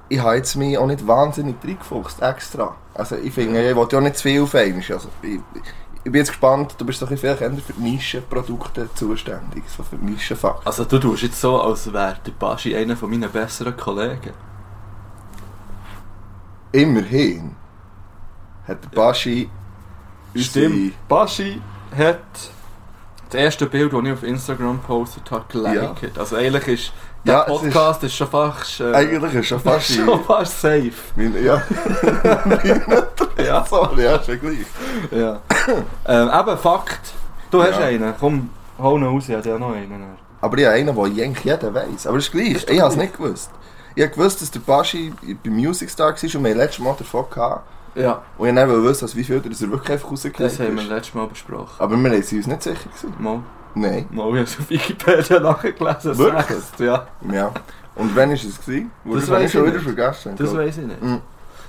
[SPEAKER 1] ich habe jetzt mich auch nicht wahnsinnig reingefuchst, extra. Also ich finde, ich wollte ja auch nicht zu viel auf einmal. Also ich, ich bin jetzt gespannt, du bist doch ein bisschen vielleicht eher für die Nischenprodukte zuständig, so für Nischenfakten.
[SPEAKER 2] Also du tust jetzt so, als wäre der Baschi einer von meinen besseren Kollegen.
[SPEAKER 1] Immerhin hat der Baschi unsere-
[SPEAKER 2] Stimmt. Baschi hat das erste Bild, das ich auf Instagram gepostet habe, geliked. Also eigentlich ist der
[SPEAKER 1] Ja, es ist-
[SPEAKER 2] Podcast ist, schon fast... Äh,
[SPEAKER 1] Eigentlich ist schon fast...
[SPEAKER 2] schon [LAUGHS] fast safe.
[SPEAKER 1] Mein-
[SPEAKER 2] [LAUGHS]
[SPEAKER 1] ja, [LAUGHS]
[SPEAKER 2] Ja.
[SPEAKER 1] sorry, ja, ist ja gleich.
[SPEAKER 2] ja. ähm, eben, Fakt. Du hast
[SPEAKER 1] Ja.
[SPEAKER 2] einen. Komm, hol ihn raus. Ich habe ja noch einen.
[SPEAKER 1] Aber ich habe einen, den eigentlich jeder weiß. Aber es ist gleich, ich habe es nicht gewusst. Ich habe gewusst, dass der Baschi bei Music Star war und wir letztes Mal davon hatten.
[SPEAKER 2] Ja,
[SPEAKER 1] Und ich wollte nicht wissen, also wie viel das er wirklich einfach
[SPEAKER 2] das haben
[SPEAKER 1] rausgekriegt
[SPEAKER 2] wir
[SPEAKER 1] ist.
[SPEAKER 2] letztes Mal besprochen.
[SPEAKER 1] Aber wir waren uns nicht sicher. Gewesen.
[SPEAKER 2] Mal,
[SPEAKER 1] Nein.
[SPEAKER 2] mal, ich habe es auf Wikipedia [LAUGHS] nachgelesen.
[SPEAKER 1] Wirklich?
[SPEAKER 2] Sechst, Ja,
[SPEAKER 1] Ja. Und wann war es? Gewesen? Weil
[SPEAKER 2] Das
[SPEAKER 1] das habe
[SPEAKER 2] weiss
[SPEAKER 1] ich schon
[SPEAKER 2] ich
[SPEAKER 1] wieder
[SPEAKER 2] nicht.
[SPEAKER 1] vergessen.
[SPEAKER 2] das
[SPEAKER 1] glaub.
[SPEAKER 2] weiß ich nicht.
[SPEAKER 1] Mhm.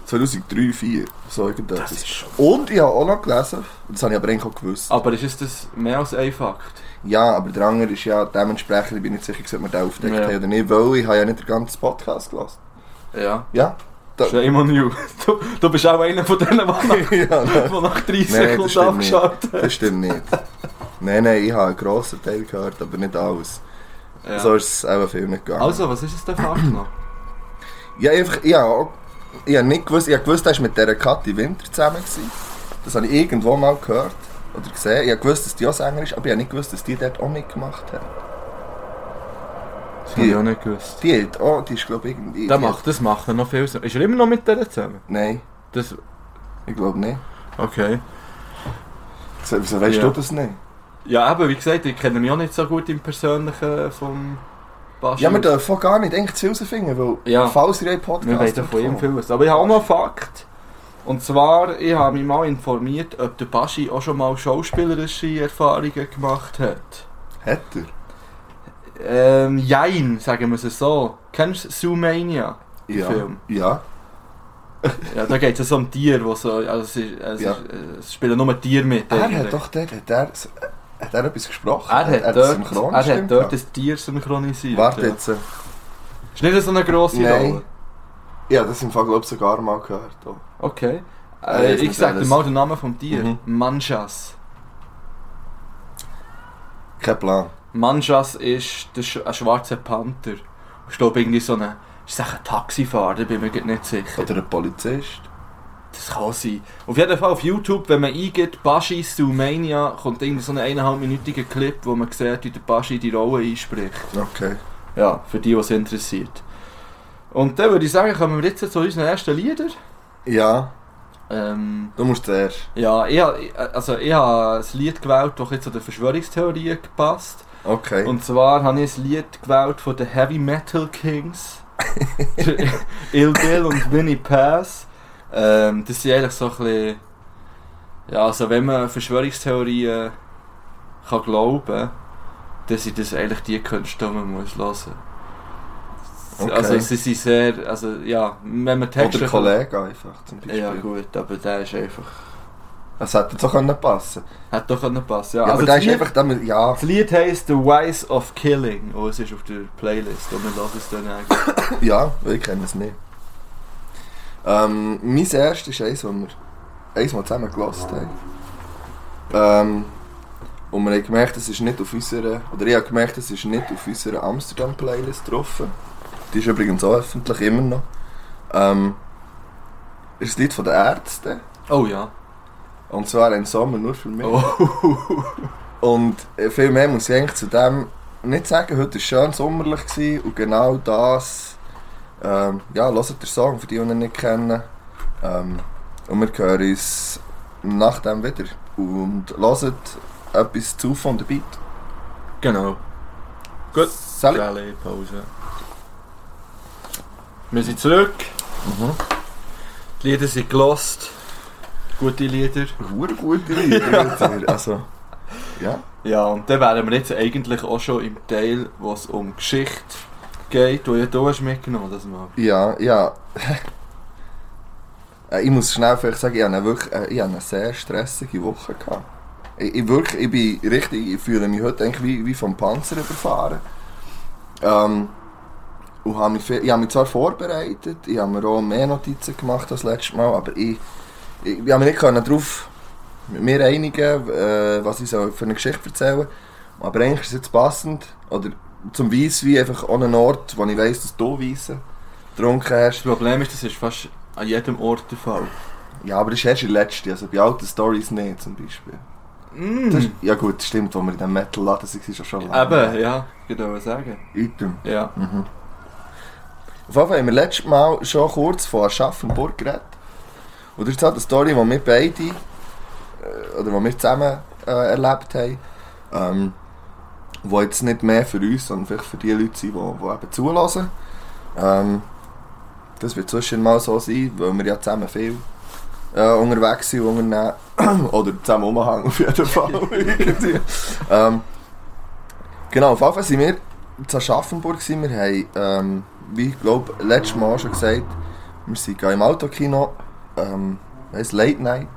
[SPEAKER 1] 2003, 2004, so irgendetwas.
[SPEAKER 2] Das ist Ah. schon...
[SPEAKER 1] Und ich habe auch noch gelesen, das habe ich aber eigentlich auch gewusst.
[SPEAKER 2] Aber ist es das mehr als ein Fakt?
[SPEAKER 1] Ja, aber der andere ist ja dementsprechend, ich bin nicht sicher, ob wir den aufdeckt
[SPEAKER 2] Ja.
[SPEAKER 1] haben oder nicht, weil ich habe ja nicht den ganzen Podcast gelesen.
[SPEAKER 2] Ja.
[SPEAKER 1] Ja? Da-
[SPEAKER 2] Shame on you. [LAUGHS] Du, du bist auch einer von denen, die [LAUGHS] nach, die
[SPEAKER 1] [LAUGHS] ja, nein.
[SPEAKER 2] nach
[SPEAKER 1] Nein, das
[SPEAKER 2] 30 Sekunden
[SPEAKER 1] stimmt
[SPEAKER 2] abgeschaltet
[SPEAKER 1] Das stimmt nicht. nein, nein, ich habe einen grossen Teil gehört, aber nicht alles.
[SPEAKER 2] Ja.
[SPEAKER 1] So ist es eben viel nicht gegangen.
[SPEAKER 2] Also, was ist es denn Fakt noch?
[SPEAKER 1] Ja, einfach, ich habe, auch- ich habe nicht gewusst, ich habe gewusst, er war mit dieser Kathi Winter zusammen. Gewesen. Das habe ich irgendwo mal gehört oder gesehen. Ich habe gewusst, dass die auch Sänger ist, aber ich habe nicht gewusst, dass die dort auch mitgemacht hat.
[SPEAKER 2] Das
[SPEAKER 1] hab ich auch
[SPEAKER 2] nicht gewusst.
[SPEAKER 1] Die hat auch, die ist glaube ich irgendwie...
[SPEAKER 2] Das
[SPEAKER 1] die-
[SPEAKER 2] macht, das macht er noch viel Sinn. Ist er immer noch mit der zusammen?
[SPEAKER 1] Nein,
[SPEAKER 2] Das,
[SPEAKER 1] ich glaube nicht.
[SPEAKER 2] okay.
[SPEAKER 1] So, Wieso weißt
[SPEAKER 2] Ja.
[SPEAKER 1] du das nicht?
[SPEAKER 2] Ja, aber wie gesagt, ich kenne mich auch nicht so gut im Persönlichen vom Basti.
[SPEAKER 1] Ja, wir dürfen auch gar nicht eigentlich zu herausfinden, weil
[SPEAKER 2] Ja.
[SPEAKER 1] falls ihr einen Podcast
[SPEAKER 2] Wir wollen von ihm
[SPEAKER 1] bekommt-
[SPEAKER 2] viel aus. Aber ich habe auch noch einen Fakt. Und zwar, ich habe mich mal informiert, ob der Baschi auch schon mal schauspielerische Erfahrungen gemacht hat.
[SPEAKER 1] Hat er?
[SPEAKER 2] Ähm, jein, sagen wir es so. Kennst du Zoomania? Den
[SPEAKER 1] Ja.
[SPEAKER 2] Film.
[SPEAKER 1] Ja.
[SPEAKER 2] Ja, da geht es so um Tier, wo so, also es, ist, es,
[SPEAKER 1] Ja.
[SPEAKER 2] ist, äh, es spielen nur Tiere mit.
[SPEAKER 1] Er
[SPEAKER 2] eigentlich.
[SPEAKER 1] hat doch dort, hat er, hat er etwas gesprochen?
[SPEAKER 2] er hat,
[SPEAKER 1] das
[SPEAKER 2] dort, er
[SPEAKER 1] synchron
[SPEAKER 2] hat dort
[SPEAKER 1] gestimmt?
[SPEAKER 2] das Tier synchronisiert.
[SPEAKER 1] Warte
[SPEAKER 2] ja.
[SPEAKER 1] jetzt. äh,
[SPEAKER 2] Ist nicht so eine grosse
[SPEAKER 1] Nein.
[SPEAKER 2] Rolle.
[SPEAKER 1] Ich habe das im Fall, glaube ich, sogar mal gehört. auch.
[SPEAKER 2] Okay.
[SPEAKER 1] Ja,
[SPEAKER 2] Äh,
[SPEAKER 1] Ah, jetzt
[SPEAKER 2] ich
[SPEAKER 1] muss
[SPEAKER 2] sag dir
[SPEAKER 1] alles-
[SPEAKER 2] mal den Namen vom Tier.
[SPEAKER 1] Mhm.
[SPEAKER 2] Manchas.
[SPEAKER 1] Kein Plan.
[SPEAKER 2] Manchas ist der Sch ein schwarzer Panther. Ich glaube irgendwie so eine... Ist das ein Taxifahrer? Da bin ich mir grad nicht sicher.
[SPEAKER 1] Oder ein Polizist.
[SPEAKER 2] Das kann sein. Auf jeden Fall auf YouTube, wenn man eingibt Baschi Zoomania, kommt irgendwie so ein eineinhalbminütiger Clip, wo man sieht, wie der Baschi die Rolle einspricht.
[SPEAKER 1] Okay.
[SPEAKER 2] Ja, für die, was interessiert. Und dann würde ich sagen, kommen wir jetzt zu unseren ersten Lieder.
[SPEAKER 1] Ja,
[SPEAKER 2] Ähm,
[SPEAKER 1] du musst zuerst.
[SPEAKER 2] ja, ich, ha- ich- also ich habe ein Lied gewählt, das jetzt zu den Verschwörungstheorien gepasst.
[SPEAKER 1] Okay.
[SPEAKER 2] Und zwar habe ich ein Lied gewählt von den Heavy Metal
[SPEAKER 1] [LAUGHS]
[SPEAKER 2] Kings. Der Il Bill und Winnie Pass. Ähm, das sind eigentlich so ein bisschen... Ja, also wenn man Verschwörungstheorien kann glauben kann, dann sind das eigentlich die Künste, die man muss hören muss.
[SPEAKER 1] Okay.
[SPEAKER 2] Also sie sind sehr... Also ja, wenn man Texte...
[SPEAKER 1] Oder Kollege einfach zum Beispiel.
[SPEAKER 2] Ja gut, aber der ist einfach...
[SPEAKER 1] Das hätte jetzt auch können passen
[SPEAKER 2] Hat doch können passen.
[SPEAKER 1] Ja,
[SPEAKER 2] Ja,
[SPEAKER 1] aber
[SPEAKER 2] also
[SPEAKER 1] der
[SPEAKER 2] das
[SPEAKER 1] ist
[SPEAKER 2] Lied,
[SPEAKER 1] einfach damit. Ja.
[SPEAKER 2] das Lied heisst The Wise of Killing. Oh, es ist auf der Playlist und wir lassen es dann eigentlich.
[SPEAKER 1] Ja, weil ich kenne es nicht. Ähm, mein erstes ist eins, das wir eins mal zusammen gelassen haben. Ähm, und wir haben gemerkt, es ist nicht auf unserer, oder ich habe gemerkt, es ist nicht auf unserer Amsterdam-Playlist drauf. Die ist übrigens auch öffentlich, immer noch. Ähm, ist das Lied von den Ärzten.
[SPEAKER 2] Oh ja.
[SPEAKER 1] Und zwar «Ein Sommer nur für mich».
[SPEAKER 2] Oh.
[SPEAKER 1] Und äh, viel mehr muss ich eigentlich zu dem nicht sagen. Heute war schön sommerlich gewesen und genau das. Ähm, ja, hört den Song, für die, die ihn nicht kennen. Ähm, und wir hören uns nach dem wieder und hört etwas zu von der Beat.
[SPEAKER 2] Genau. Gut.
[SPEAKER 1] Salut.
[SPEAKER 2] Rallye, Pause. Wir sind zurück.
[SPEAKER 1] Mhm.
[SPEAKER 2] Die Lieder sind gelost. Gute Lieder.
[SPEAKER 1] Hure gute Lieder. jetzt hier. also, ja.
[SPEAKER 2] Ja, und dann wären wir jetzt eigentlich auch schon im Teil, wo es um Geschichte geht, wo ja du hast mitgenommen das Mal.
[SPEAKER 1] Ja, ja. Äh, ich muss schnell vielleicht sagen, ich hatte eine, wirklich, äh, ich hatte eine sehr stressige Woche. Gehabt. Ich, ich, wirklich, ich bin richtig, ich fühle mich heute eigentlich wie, wie vom Panzer überfahren. Ähm, und habe mich, viel- ich habe mich zwar vorbereitet, ich habe mir auch mehr Notizen gemacht als letztes Mal, aber ich, ich, ich habe mich nicht darauf mit mir einigen, äh, was ich soll für eine Geschichte erzählen Aber eigentlich ist es jetzt passend, oder zum Weisswein einfach an einen Ort, wo ich weiss, dass du Weissen getrunken hast.
[SPEAKER 2] Das Problem ist, das ist fast an jedem Ort der Fall.
[SPEAKER 1] Ja, aber das ist erst die letzte, also bei alten Stories nicht zum Beispiel.
[SPEAKER 2] Mm.
[SPEAKER 1] Das ist, ja gut, das stimmt, wo wir in dem Metal-Laden waren, ist schon lange.
[SPEAKER 2] Hm. Eben, ja, ich würde sagen.
[SPEAKER 1] Item.
[SPEAKER 2] Ja.
[SPEAKER 1] Mhm. Auf jeden Fall haben wir letztes Mal schon kurz von Aschaffenburg geredet. Und das ist halt eine Story, die wir beide, äh, oder die wir zusammen äh, erlebt haben, ähm, die jetzt nicht mehr für uns, sondern vielleicht für die Leute sind, die, die eben zulassen. Ähm, das wird zwischen mal so sein, weil wir ja zusammen viel äh, unterwegs sind, und unternehmen. [CLEARS THROAT] oder zusammen umhängen auf jeden Fall. [LAUGHS] Irgendwie. ähm, genau, auf jeden Fall sind wir zu Aschaffenburg waren, wir haben, ähm, wie ich glaube, letztes Mal schon gesagt, wir sind gehen im Autokino, ähm, weiss, Late Night.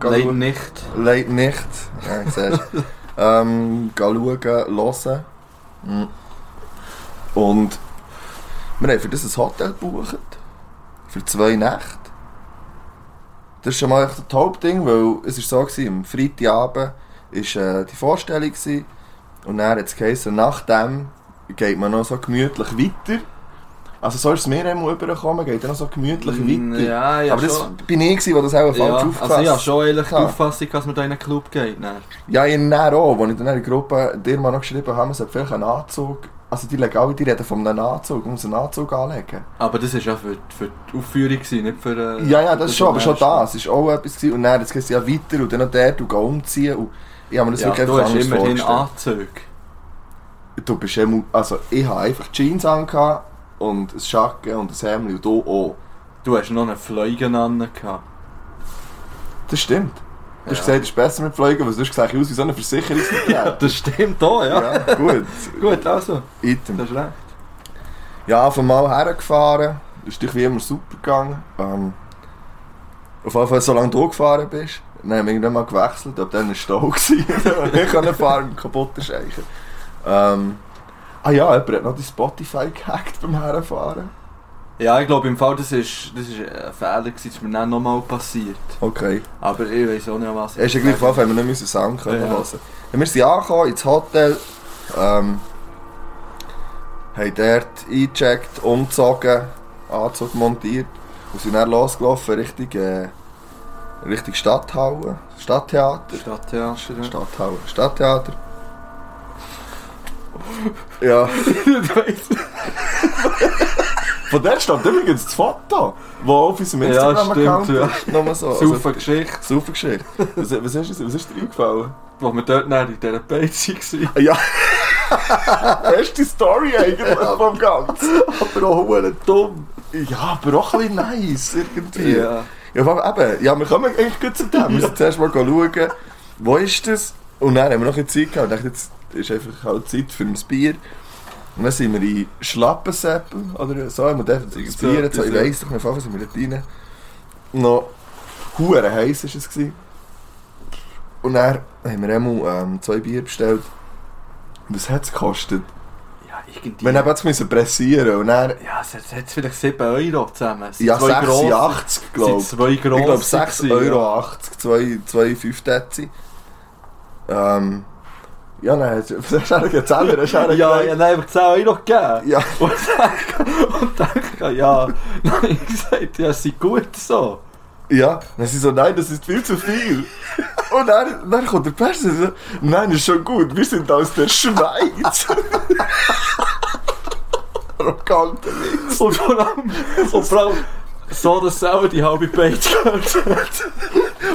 [SPEAKER 1] Gehen
[SPEAKER 2] Leider
[SPEAKER 1] schauen.
[SPEAKER 2] nicht.
[SPEAKER 1] Late Night. Ja, ich
[SPEAKER 2] [LAUGHS]
[SPEAKER 1] seh's. ähm, gehen schauen, hören. Mhm. Und wir haben für das ein Hotel gebucht. Für zwei Nächte. Das ist schon mal echt das Hauptding, weil es war so, gewesen, am Freitagabend war äh, die Vorstellung. Gewesen, und dann hat es geheißen, nach dem geht man noch so gemütlich weiter. Also so ist es mir immer übergekommen, geht dann noch so gemütlich weiter.
[SPEAKER 2] Mm, Ja, ja,
[SPEAKER 1] Aber das
[SPEAKER 2] schon.
[SPEAKER 1] bin ich, gewesen, der das auch falsch
[SPEAKER 2] Ja,
[SPEAKER 1] aufgefasst
[SPEAKER 2] also ich habe schon ehrlich die
[SPEAKER 1] Ja.
[SPEAKER 2] Auffassung, dass man da in einen Club geht. Nein.
[SPEAKER 1] ja, ich näher auch, als ich dann in der Gruppe dir mal noch geschrieben habe, es hat vielleicht einen Anzug. Also die legen alle, die reden von einem Anzug, man muss einen Anzug anlegen.
[SPEAKER 2] Aber das war ja für, für die Aufführung, gewesen, nicht für... äh,
[SPEAKER 1] Ja, ja,
[SPEAKER 2] für
[SPEAKER 1] das
[SPEAKER 2] den
[SPEAKER 1] schon, aber schon
[SPEAKER 2] Rest.
[SPEAKER 1] das ist auch etwas gewesen. Und dann jetzt geht ja weiter und dann noch dort und gehen umziehen und ich habe mir das
[SPEAKER 2] Ja,
[SPEAKER 1] wirklich
[SPEAKER 2] du
[SPEAKER 1] einfach
[SPEAKER 2] hast
[SPEAKER 1] anders
[SPEAKER 2] immerhin
[SPEAKER 1] vorgestellt.
[SPEAKER 2] Anzüge.
[SPEAKER 1] Du bist immer, also ich habe einfach Jeans an und ein Schacke und ein Hemd und du auch.
[SPEAKER 2] Du hast noch eine Fleugen an. gehabt.
[SPEAKER 1] Das stimmt. Du hast
[SPEAKER 2] Ja.
[SPEAKER 1] gesagt, es ist besser mit Fliegen, weil sonst sehe ich aus wie so ein Versicherungsvertreter.
[SPEAKER 2] Das stimmt auch, [LAUGHS] ja.
[SPEAKER 1] ja, gut.
[SPEAKER 2] Gut, also,
[SPEAKER 1] Item.
[SPEAKER 2] das ist recht.
[SPEAKER 1] Ja, von mal hergefahren. Ist dich wie immer super gegangen. Ähm, auf jeden Fall, solange du gefahren bist, dann haben wir irgendwann mal gewechselt. Ab dann war Stau. [LAUGHS] gewesen. ich kann nicht fahren, kaputter Scheichen. Ähm, ah ja, jemand hat noch die Spotify gehackt beim Herfahren.
[SPEAKER 2] Ja, ich glaube im Fall, das ist, das ist ein Fehler, gewesen, das ist mir dann nochmal passiert.
[SPEAKER 1] Okay.
[SPEAKER 2] Aber ich weiß auch nicht, an was
[SPEAKER 1] Es ist ja gleich, auf jeden Fall haben wir nicht müssen Sound können
[SPEAKER 2] Ja.
[SPEAKER 1] hören können. Wir sind angekommen ins Hotel. Ähm, haben dort eingecheckt, umgezogen, Anzug montiert und sind dann losgelaufen Richtung, äh, Richtung Stadthalle,
[SPEAKER 2] Dus
[SPEAKER 1] Stadttheater. [LAUGHS]
[SPEAKER 2] Stadttheater.
[SPEAKER 1] Stadthalle, Stadttheater. Ja. Von der stammt übrigens das Foto, das auf unserem
[SPEAKER 2] Ja,
[SPEAKER 1] Instagram-Account
[SPEAKER 2] stimmt, ja.
[SPEAKER 1] ist. Nur so. also,
[SPEAKER 2] Saufen Geschichte,
[SPEAKER 1] Saufergeschichte. Was, was, ist, was ist dir eingefallen?
[SPEAKER 2] wo wir dort dann in dieser Page waren.
[SPEAKER 1] [LAUGHS] Ja. Beste Story eigentlich vom Ganzen. Aber auch huere dumm. Ja, aber auch ein bisschen nice irgendwie. Ja,
[SPEAKER 2] Ja.
[SPEAKER 1] aber eben, ja, wir kommen eigentlich gut zu dem. Wir müssen zuerst mal schauen, wo ist das? Und dann haben wir noch ein bisschen Zeit gehabt und dachten, jetzt ist einfach halt Zeit für ein Bier. Und dann sind wir in Schlappensäppel oder so, und wir dürfen ein
[SPEAKER 2] So
[SPEAKER 1] Bier, so, ich
[SPEAKER 2] etwas, ja.
[SPEAKER 1] weiss doch nicht, was sind wir dort rein. Noch hure heiß war es. Gewesen. Und dann haben wir einmal ähm, zwei Bier bestellt. Was hat es gekostet?
[SPEAKER 2] Ja, irgendwie.
[SPEAKER 1] Wir haben jetzt müssen pressieren und dann...
[SPEAKER 2] ja, es hat es hat vielleicht 7 Euro zusammen. Es sind
[SPEAKER 1] Ja,
[SPEAKER 2] zwei grosse-
[SPEAKER 1] 86 glaube
[SPEAKER 2] Es sind zwei grosse.
[SPEAKER 1] Ich glaube 6,80
[SPEAKER 2] gewesen, ja.
[SPEAKER 1] Euro, 2, 2, 5 Tätzi. Ähm... Ja, nein, [LAUGHS] hast du hast du auch einen Zeller?
[SPEAKER 2] [LAUGHS]
[SPEAKER 1] Hast du auch einen
[SPEAKER 2] Ja, ja,
[SPEAKER 1] gedacht?
[SPEAKER 2] nein, aber 10 Euro gegeben.
[SPEAKER 1] ja.
[SPEAKER 2] Und denke, und denke, ja, [LAUGHS] nein, ich gesagt, ja, es ist gut so.
[SPEAKER 1] Ja, dann sie so, nein, das ist viel zu viel. [LAUGHS] Und dann, dann kommt der Perser so, nein, ist schon gut, wir sind aus der [LAUGHS] Schweiz. Arroganter Witz.
[SPEAKER 2] Und [LAUGHS] vor allem, und vor allem so, dass selber die halbe Page gehört hat.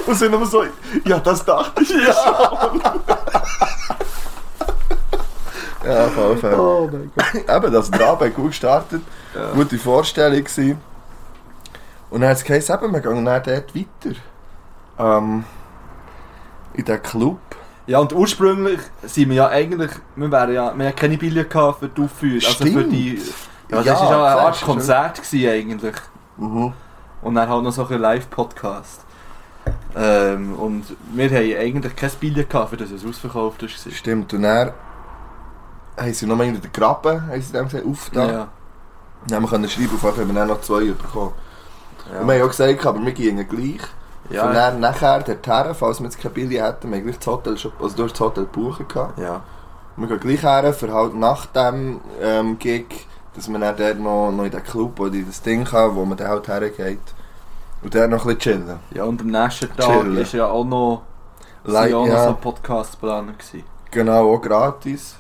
[SPEAKER 1] Und sind aber so, ja, das dachte ich ja schon. [LAUGHS] ja, auf jeden Fall.
[SPEAKER 3] Oh mein Gott.
[SPEAKER 1] Eben, das Rabe gut gestartet,
[SPEAKER 2] Ja.
[SPEAKER 1] gute Vorstellung gewesen. Und dann hat es geheißen, eben, wir gehen dann dort weiter. Ähm, in den Club.
[SPEAKER 2] Ja, und ursprünglich sind wir ja eigentlich, wir wären ja, wir hatten keine Bilder gehabt für die Aufführung, also für die... Ja, das war ja eine Art
[SPEAKER 1] siehst du.
[SPEAKER 2] Konzert gewesen eigentlich.
[SPEAKER 1] Mhm.
[SPEAKER 2] Und dann halt noch so ein Live-Podcast. Ähm, und wir haben eigentlich kein Bilder gehabt, für das es ausverkauft war.
[SPEAKER 1] Stimmt, und dann haben sie noch mal in den Graben, haben sie dem gesagt, aufgetan.
[SPEAKER 2] Ja.
[SPEAKER 1] Dann konnten wir schreiben, auf jeden Fall haben wir dann noch zwei bekommen. Und wir
[SPEAKER 2] Ja.
[SPEAKER 1] haben auch gesagt, aber wir gingen gleich. Ja. Von
[SPEAKER 2] Ja.
[SPEAKER 1] dann nachher dorthin, falls wir jetzt keine Billy hätten, wir haben gleich das Hotel schon, also du hast das Hotel buchen gehabt.
[SPEAKER 2] ja.
[SPEAKER 1] Wir gehen gleich her, für halt nach dem ähm, Gig, dass man dann dort noch, noch in den Club oder in das Ding kann, wo man dann halt hergeht. Und dort noch ein bisschen chillen.
[SPEAKER 2] Ja, und am nächsten Tag
[SPEAKER 1] Chillen.
[SPEAKER 2] ist ja auch noch,
[SPEAKER 1] Like,
[SPEAKER 2] sind ja auch noch
[SPEAKER 1] ja.
[SPEAKER 2] so ein Podcast-Planer gewesen.
[SPEAKER 1] Genau, auch gratis.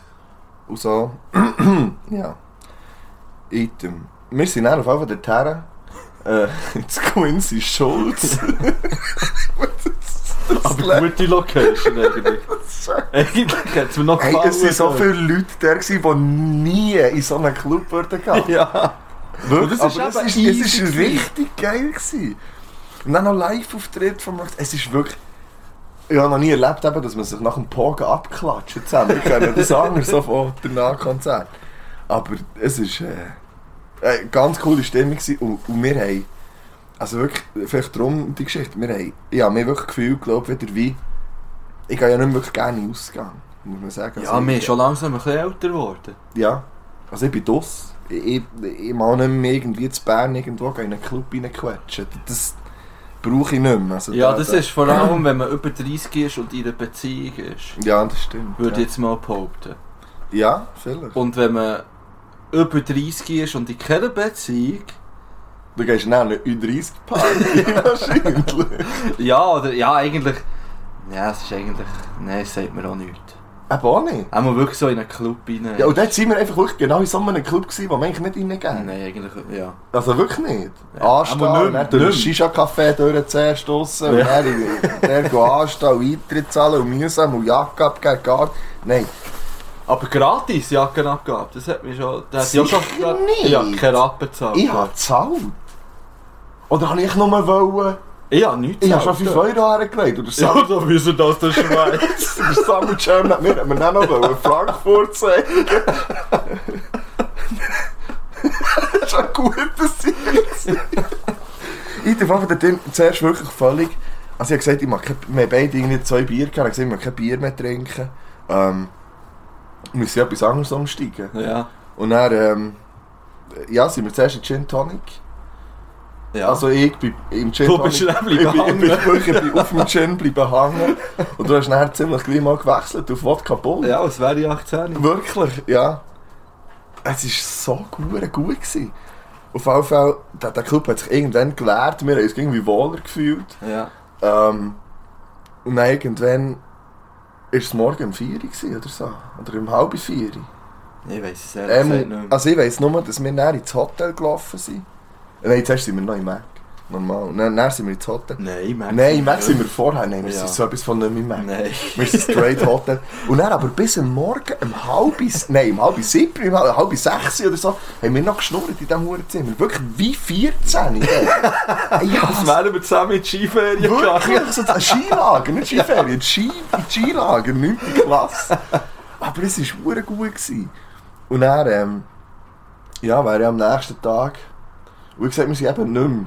[SPEAKER 1] Und so. [CLEARS THROAT] ja. Item. Wir sind dann auf jeden Fall dorthin. Äh, [LAUGHS] ins Quincy Schulz. das, das,
[SPEAKER 2] Aber
[SPEAKER 1] [LAUGHS]
[SPEAKER 2] gute Location eigentlich.
[SPEAKER 1] das,
[SPEAKER 2] eigentlich hat es mir noch
[SPEAKER 1] Hey,
[SPEAKER 2] gefallen.
[SPEAKER 1] es sind so viele Leute da, gewesen, die nie in so einen Club würden gehen.
[SPEAKER 2] [LAUGHS] Ja.
[SPEAKER 1] Wirklich,
[SPEAKER 2] Und das ist
[SPEAKER 1] aber es
[SPEAKER 2] eben
[SPEAKER 1] ist,
[SPEAKER 2] easy
[SPEAKER 1] es ist
[SPEAKER 2] gewesen.
[SPEAKER 1] richtig geil gewesen. Und dann noch Live-Auftritt von Max. Es ist wirklich... Ich habe noch nie erlebt, eben, dass man sich nach dem Pogen abklatscht zusammen. Wir kennen das anders so von danach Konzert. Aber es ist... Äh, eine ganz coole Stimmung gewesen. Und, und wir haben... Also wirklich, vielleicht darum die Geschichte. Wir haben... Ich habe mir wirklich gefühlt, glaube ich, wieder wie... Ich gehe ja nicht mehr wirklich gerne ausgegangen. Muss man sagen.
[SPEAKER 2] Ja,
[SPEAKER 1] Also,
[SPEAKER 2] wir
[SPEAKER 1] ich-
[SPEAKER 2] sind schon langsam ein bisschen älter geworden.
[SPEAKER 1] ja. Also ich bin das. Ich, ich, ich mag nicht mehr irgendwie zu Bern irgendwo gehen, in einen Club reinquetschen. Das brauche ich nicht mehr. Also
[SPEAKER 2] Ja,
[SPEAKER 1] da-
[SPEAKER 2] das
[SPEAKER 1] da-
[SPEAKER 2] ist vor allem, wenn man über 30 ist und in einer Beziehung ist.
[SPEAKER 1] Ja, das stimmt.
[SPEAKER 2] Würde ich
[SPEAKER 1] ja.
[SPEAKER 2] jetzt mal behaupten.
[SPEAKER 1] ja, vielleicht.
[SPEAKER 2] Und wenn man über 30 ist und in keiner Beziehung.
[SPEAKER 1] Du gehst nach einer
[SPEAKER 2] [LAUGHS]
[SPEAKER 1] U30-Party wahrscheinlich.
[SPEAKER 2] Ja, oder. Ja, eigentlich. Ja, es ist eigentlich. Nein, es sagt mir auch nichts.
[SPEAKER 1] Aber auch Äh, nicht.
[SPEAKER 2] Einmal wirklich so in einen Club rein.
[SPEAKER 1] Ja, und dort sind wir einfach wirklich genau in so einem Club gewesen, wo man eigentlich nicht reingehen.
[SPEAKER 2] Nein, eigentlich. Ja.
[SPEAKER 1] Also wirklich nicht.
[SPEAKER 2] Ja,
[SPEAKER 1] Anstehen,
[SPEAKER 2] aber nicht
[SPEAKER 1] und
[SPEAKER 2] mehr,
[SPEAKER 1] dann durch
[SPEAKER 2] nicht
[SPEAKER 1] das Shisha-Café durch zuerst draussen, ja.
[SPEAKER 2] Ja.
[SPEAKER 1] und dann, dann anstehen und Eintritt zahlen und mühsam und Jacke abgeben, Garten. Nein.
[SPEAKER 2] Aber gratis Jackenabgabe, das hat mich schon. Das hat ja schon.
[SPEAKER 1] Sicher nicht.
[SPEAKER 2] Ja, keine Rappen gezahlt.
[SPEAKER 1] Ich habe gezahlt. Oder habe ich nur wollen?
[SPEAKER 2] Ich habe nichts.
[SPEAKER 1] Ich habe schon 5 Euro hergelegt. Oder so. [LAUGHS]
[SPEAKER 2] Ja, so wissen das der Schweiz.
[SPEAKER 1] Der Samuel Jam hat mir hat mir dann noch wollen Frankfurt [LAUGHS] sagen. das ist ein guter Sieg. Ich darf einfach den zuerst wirklich völlig... Also ich habe gesagt, ich mag kein, wir haben beide irgendwie zwei Bier gehabt. Ich habe gesagt, ich mag kein Bier mehr trinken. Ähm, wir müssen ja etwas anderes umsteigen.
[SPEAKER 2] Ja.
[SPEAKER 1] Und dann... Ähm, ja, sind wir zuerst in Gin Tonic.
[SPEAKER 2] ja.
[SPEAKER 1] Also ich bin im Gin
[SPEAKER 2] Du bist dann
[SPEAKER 1] ich, bin,
[SPEAKER 2] bleiben
[SPEAKER 1] ich, bin,
[SPEAKER 2] hängen.
[SPEAKER 1] wirklich- ich bin auf dem Gin bleiben hängen. Und du hast nachher ziemlich gleich mal gewechselt auf Wodka Bull.
[SPEAKER 2] ja, es wäre ich 18.
[SPEAKER 1] Wirklich, ja. Es war so gut, gut gewesen. Auf jeden Fall, der, der Club hat sich irgendwann gelehrt, wir haben uns irgendwie wohler gefühlt.
[SPEAKER 2] Ja.
[SPEAKER 1] Ähm, und dann irgendwann war es morgen um 4 Uhr gewesen oder so. Oder um halb 4 Uhr.
[SPEAKER 2] Ich weiß es ehrlich gesagt
[SPEAKER 1] Ähm,
[SPEAKER 2] nicht mehr.
[SPEAKER 1] also ich weiss nur, dass wir dann ins Hotel gelaufen sind. Nein, zuerst sind wir noch im Mac. Normal. Und dann, dann sind wir ins Hotel.
[SPEAKER 2] Nein, Max.
[SPEAKER 1] Nein, Mac sind wir vorher. Nein, wir
[SPEAKER 2] Ja.
[SPEAKER 1] sind so etwas von nicht mehr Mac.
[SPEAKER 2] Nein.
[SPEAKER 1] Wir sind straight Hotel. Und dann aber bis am Morgen, um halb, nein, um halb sieben, um halb halb sechs oder so, haben wir noch geschnurrt in diesem Hurenzimmer. Wirklich wie 14. ey.
[SPEAKER 2] [LAUGHS] Das
[SPEAKER 1] ja,
[SPEAKER 2] wären wir zusammen in die Skiferien gegangen.
[SPEAKER 1] wirklich. So das Skilager, nicht Skiferien, die Ski, die Skilager, 9. Klasse. Aber es war hure gut. Gewesen. Und dann, ähm, ja, wäre ich am nächsten Tag, wie gesagt, wir sind eben nicht mehr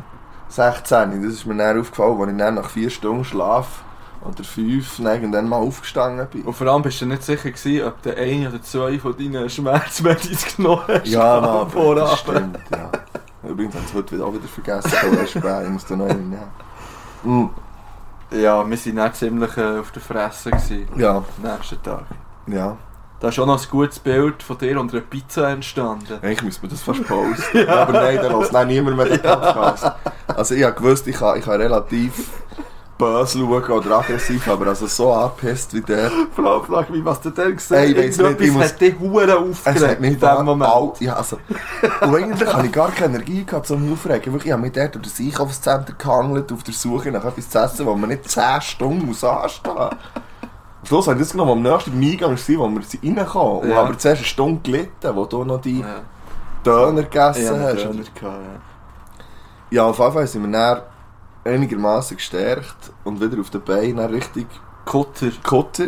[SPEAKER 1] 16. Das ist mir dann aufgefallen, als ich dann nach 4 Stunden Schlaf oder 5 irgendwann mal aufgestanden bin.
[SPEAKER 2] Und vor allem bist du nicht sicher gewesen, ob der eine oder zwei von deinen Schmerzmedis genommen hast. [LAUGHS]
[SPEAKER 1] Ja,
[SPEAKER 2] Am
[SPEAKER 1] Mann, das
[SPEAKER 2] Vorabend.
[SPEAKER 1] stimmt, ja. Übrigens haben sie heute wieder- auch wieder vergessen, aber es ist spät, ich muss da noch hin, ja. Mm,
[SPEAKER 2] Ja, wir waren dann ziemlich äh, auf der Fresse gewesen,
[SPEAKER 1] Ja,
[SPEAKER 2] am nächsten Tag.
[SPEAKER 1] ja.
[SPEAKER 2] Da ist auch noch ein gutes Bild von dir und einer Pizza entstanden.
[SPEAKER 1] Eigentlich müsste man das fast
[SPEAKER 2] [LAUGHS]
[SPEAKER 1] posten. Aber nein, dann lässt dann niemand mehr den Podcast. Also ich habe gewusst, ich kann, ich kann relativ böse schauen oder aggressiv, aber also so angepisst wie der.
[SPEAKER 2] Frau, frag mich, was du denn gesagt
[SPEAKER 1] Ey, ich weiss nicht, ich muss-
[SPEAKER 2] hat dich Huren
[SPEAKER 1] Es hat
[SPEAKER 2] aufgeregt
[SPEAKER 1] mich
[SPEAKER 2] Genau, in
[SPEAKER 1] da
[SPEAKER 2] diesem Moment.
[SPEAKER 1] All, ja, also, und eigentlich hatte ich gar keine Energie gehabt, um mich aufregen. Wirklich, ich habe mich dort durch das Einkaufszentrum gehandelt, auf der Suche nach etwas zu essen, wo man nicht 10 Stunden muss anstehen muss. Am Schluss haben wir das genommen, am nächsten Eingang waren, wo wir sie reinkamen. Und
[SPEAKER 2] Ja.
[SPEAKER 1] haben aber zuerst eine Stunde gelitten, wo du noch die
[SPEAKER 2] Ja.
[SPEAKER 1] Döner
[SPEAKER 2] Ich
[SPEAKER 1] gegessen
[SPEAKER 2] hatte
[SPEAKER 1] hast.
[SPEAKER 2] einen Döner gehabt, ja.
[SPEAKER 1] Ja, auf jeden Fall sind wir dann einigermaßen gestärkt und wieder auf den Beinen dann richtig
[SPEAKER 2] Kutter.
[SPEAKER 1] Kutter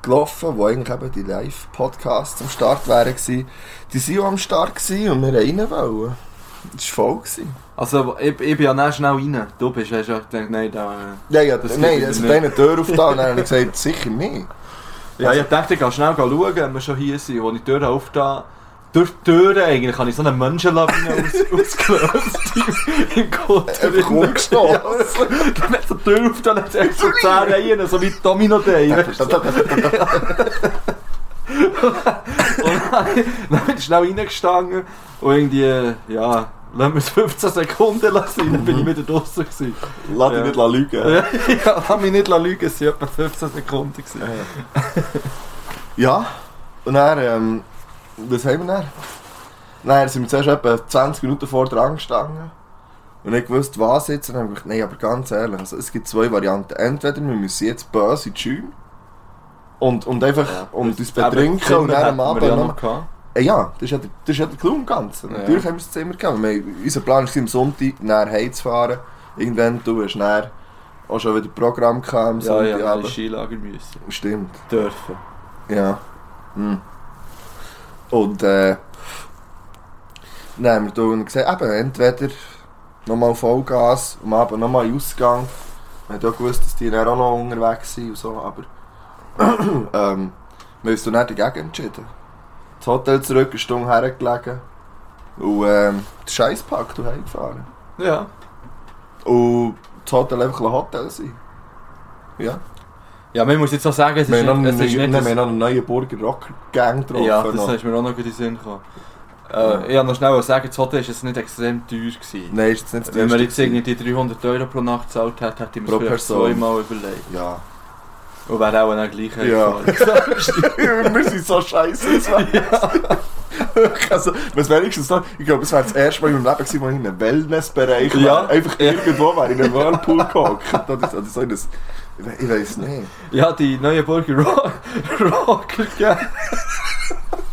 [SPEAKER 1] gelaufen, wo eigentlich eben die Live-Podcasts am Start wären gewesen. Die sind auch am Start gewesen und wir rein wollen. Das war voll. Gewesen.
[SPEAKER 2] Also, ich, ich bin ja dann schnell rein. Du bist hast ja gedacht, nein, da...
[SPEAKER 1] Ja, ja,
[SPEAKER 2] Das
[SPEAKER 1] nein,
[SPEAKER 2] geht
[SPEAKER 1] also
[SPEAKER 2] nicht.
[SPEAKER 1] denen Tür auf da und dann habe ich gesagt, sicher nicht.
[SPEAKER 2] Ja, ich dachte, ich gehe schnell schauen, wenn wir schon hier sind. Als ich die Tür aufgetan durch die Türen eigentlich habe ich so einen Menschenlawine [LAUGHS] aus, ausgelöst im, im Kutter.
[SPEAKER 1] Einfach umgestoßen.
[SPEAKER 2] Ja, [LAUGHS] wirklich. Dann hat so die Tür aufgetan, dann hat es so 10 Reihen, so wie Domino Day. weißt du? Und dann, dann bin ich schnell reingestanden und irgendwie, äh, ja, lassen wir es 15 Sekunden lassen, dann bin ich wieder draußen gewesen.
[SPEAKER 1] [LAUGHS] Lass dich
[SPEAKER 2] Ja.
[SPEAKER 1] nicht lügen.
[SPEAKER 2] Mhm. Ja, ich habe mich nicht lügen, es waren etwa 15 Sekunden. Gewesen.
[SPEAKER 1] Ja, und dann, ähm, was haben wir dann? Dann sind wir zuerst etwa 20 Minuten vor dran gestanden und nicht gewusst, was jetzt. Und dann haben wir gedacht, nein, aber ganz ehrlich, also, es gibt zwei Varianten. Entweder wir müssen jetzt böse in die Schule und, und einfach
[SPEAKER 2] Ja.
[SPEAKER 1] und uns
[SPEAKER 2] Aber
[SPEAKER 1] betrinken
[SPEAKER 2] Zimmer
[SPEAKER 1] und dann am
[SPEAKER 2] hätten wir
[SPEAKER 1] Abend
[SPEAKER 2] ja
[SPEAKER 1] noch...
[SPEAKER 2] noch gehabt.
[SPEAKER 1] Äh, ja, das ist ja der, das ist ja der Clou im Ganzen.
[SPEAKER 2] Ja.
[SPEAKER 1] Natürlich haben wir das Zimmer gehabt. Wir, haben- unser Plan war, am Sonntag nach Hause zu fahren. Irgendwann, du hast dann auch schon wieder Programm gehabt am
[SPEAKER 2] Ja, ja, ja,
[SPEAKER 1] Sonntagabend.
[SPEAKER 2] Skilager müssen.
[SPEAKER 1] Stimmt.
[SPEAKER 2] Dürfen.
[SPEAKER 1] Ja. Hm. Und äh, dann haben wir da unten gesehen, eben, entweder nochmal Vollgas, am Abend nochmal in den Ausgang. Wir haben ja gewusst, dass die dann auch noch unterwegs sind und so, aber [CLEARS THROAT] ähm, wir haben uns dann nicht dagegen entschieden. Das Hotel zurück, eine Stunde hergelegen und ähm, den Scheisspack daheim gefahren.
[SPEAKER 2] Ja.
[SPEAKER 1] Und das Hotel einfach ein Hotel sein. Ja.
[SPEAKER 2] Ja, man muss jetzt auch sagen, es
[SPEAKER 1] Wir
[SPEAKER 2] ist
[SPEAKER 1] haben
[SPEAKER 2] nicht,
[SPEAKER 1] noch
[SPEAKER 2] es ist
[SPEAKER 1] einen-
[SPEAKER 2] nicht
[SPEAKER 1] wir haben
[SPEAKER 2] das,
[SPEAKER 1] noch einen neuen Burger Rocker Gang getroffen.
[SPEAKER 2] Ja, das
[SPEAKER 1] noch.
[SPEAKER 2] ist mir auch noch gut in den Sinn gekommen.
[SPEAKER 1] Ja.
[SPEAKER 2] Äh, ich wollte noch schnell sagen, das Hotel war jetzt nicht extrem teuer. Gewesen.
[SPEAKER 1] Nein, ist jetzt nicht das
[SPEAKER 2] Wenn man jetzt
[SPEAKER 1] Dümmste gewesen.
[SPEAKER 2] irgendwie 300 Euro pro Nacht gezahlt hätte, hätte ich mir
[SPEAKER 1] Pro
[SPEAKER 2] das vielleicht
[SPEAKER 1] Person.
[SPEAKER 2] zweimal überlegt.
[SPEAKER 1] Ja. [LAUGHS]
[SPEAKER 2] Und wäre auch dann gleich
[SPEAKER 1] Ja. [LAUGHS]
[SPEAKER 2] gefahren.
[SPEAKER 1] wir sind so scheiße [LAUGHS] also, was wenigstens noch, ich glaube, es wäre das erste Mal in meinem Leben gewesen, wo ich in einem Wellnessbereich
[SPEAKER 2] Ja.
[SPEAKER 1] war. Einfach irgendwo wäre in einem Whirlpool gehockt. [LAUGHS] Oder so, oder so in das, ich weiß nicht.
[SPEAKER 2] ja, die neue Burger Rock, [LAUGHS] Rocker, gell?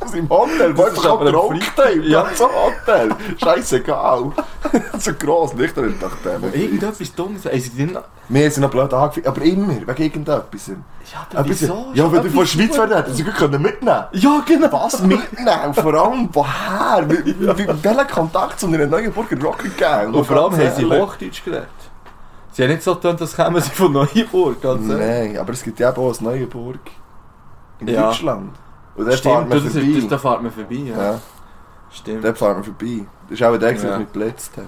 [SPEAKER 1] Aus im Hotel, wo
[SPEAKER 2] Das ist
[SPEAKER 1] einfach auch
[SPEAKER 2] aber ein
[SPEAKER 1] gerockt haben.
[SPEAKER 2] Ja.
[SPEAKER 1] Ja, so Hotel. Scheißegal. [LAUGHS] so gross, nicht? Da ich dachte, wir
[SPEAKER 2] Irgendetwas Dummes. Ey, sie sind-
[SPEAKER 1] wir sind noch blöd angefangen, aber immer, wegen irgendetwas.
[SPEAKER 2] Ja,
[SPEAKER 1] Ein
[SPEAKER 2] aber
[SPEAKER 1] bisschen-
[SPEAKER 2] wieso?
[SPEAKER 1] Ah, Ja, wenn du von der
[SPEAKER 2] Etwas
[SPEAKER 1] Schweiz
[SPEAKER 2] Dummes.
[SPEAKER 1] wärst, hättest du sie gut mitnehmen
[SPEAKER 2] Ja, genau.
[SPEAKER 1] Was mitnehmen? Vor allem woher? Wie- wie- Welchen Kontakt zu einer Neuenburger Rocker gegeben?
[SPEAKER 2] Und vor allem haben sie Hochdeutsch geredet. Sie haben nicht so getan, als kämen sie von Neuburg. Also.
[SPEAKER 1] Nein, aber es gibt ja eben auch eine Neuenburg in
[SPEAKER 2] Ja.
[SPEAKER 1] Deutschland. Und dort fährt man
[SPEAKER 2] Stimmt, das
[SPEAKER 1] vorbei.
[SPEAKER 2] ist, das, da fährt man vorbei. Ja.
[SPEAKER 1] ja,
[SPEAKER 2] Stimmt.
[SPEAKER 1] dort fährt man vorbei. Das ist auch der, der
[SPEAKER 2] Ja.
[SPEAKER 1] ja. mich geplätzt hat.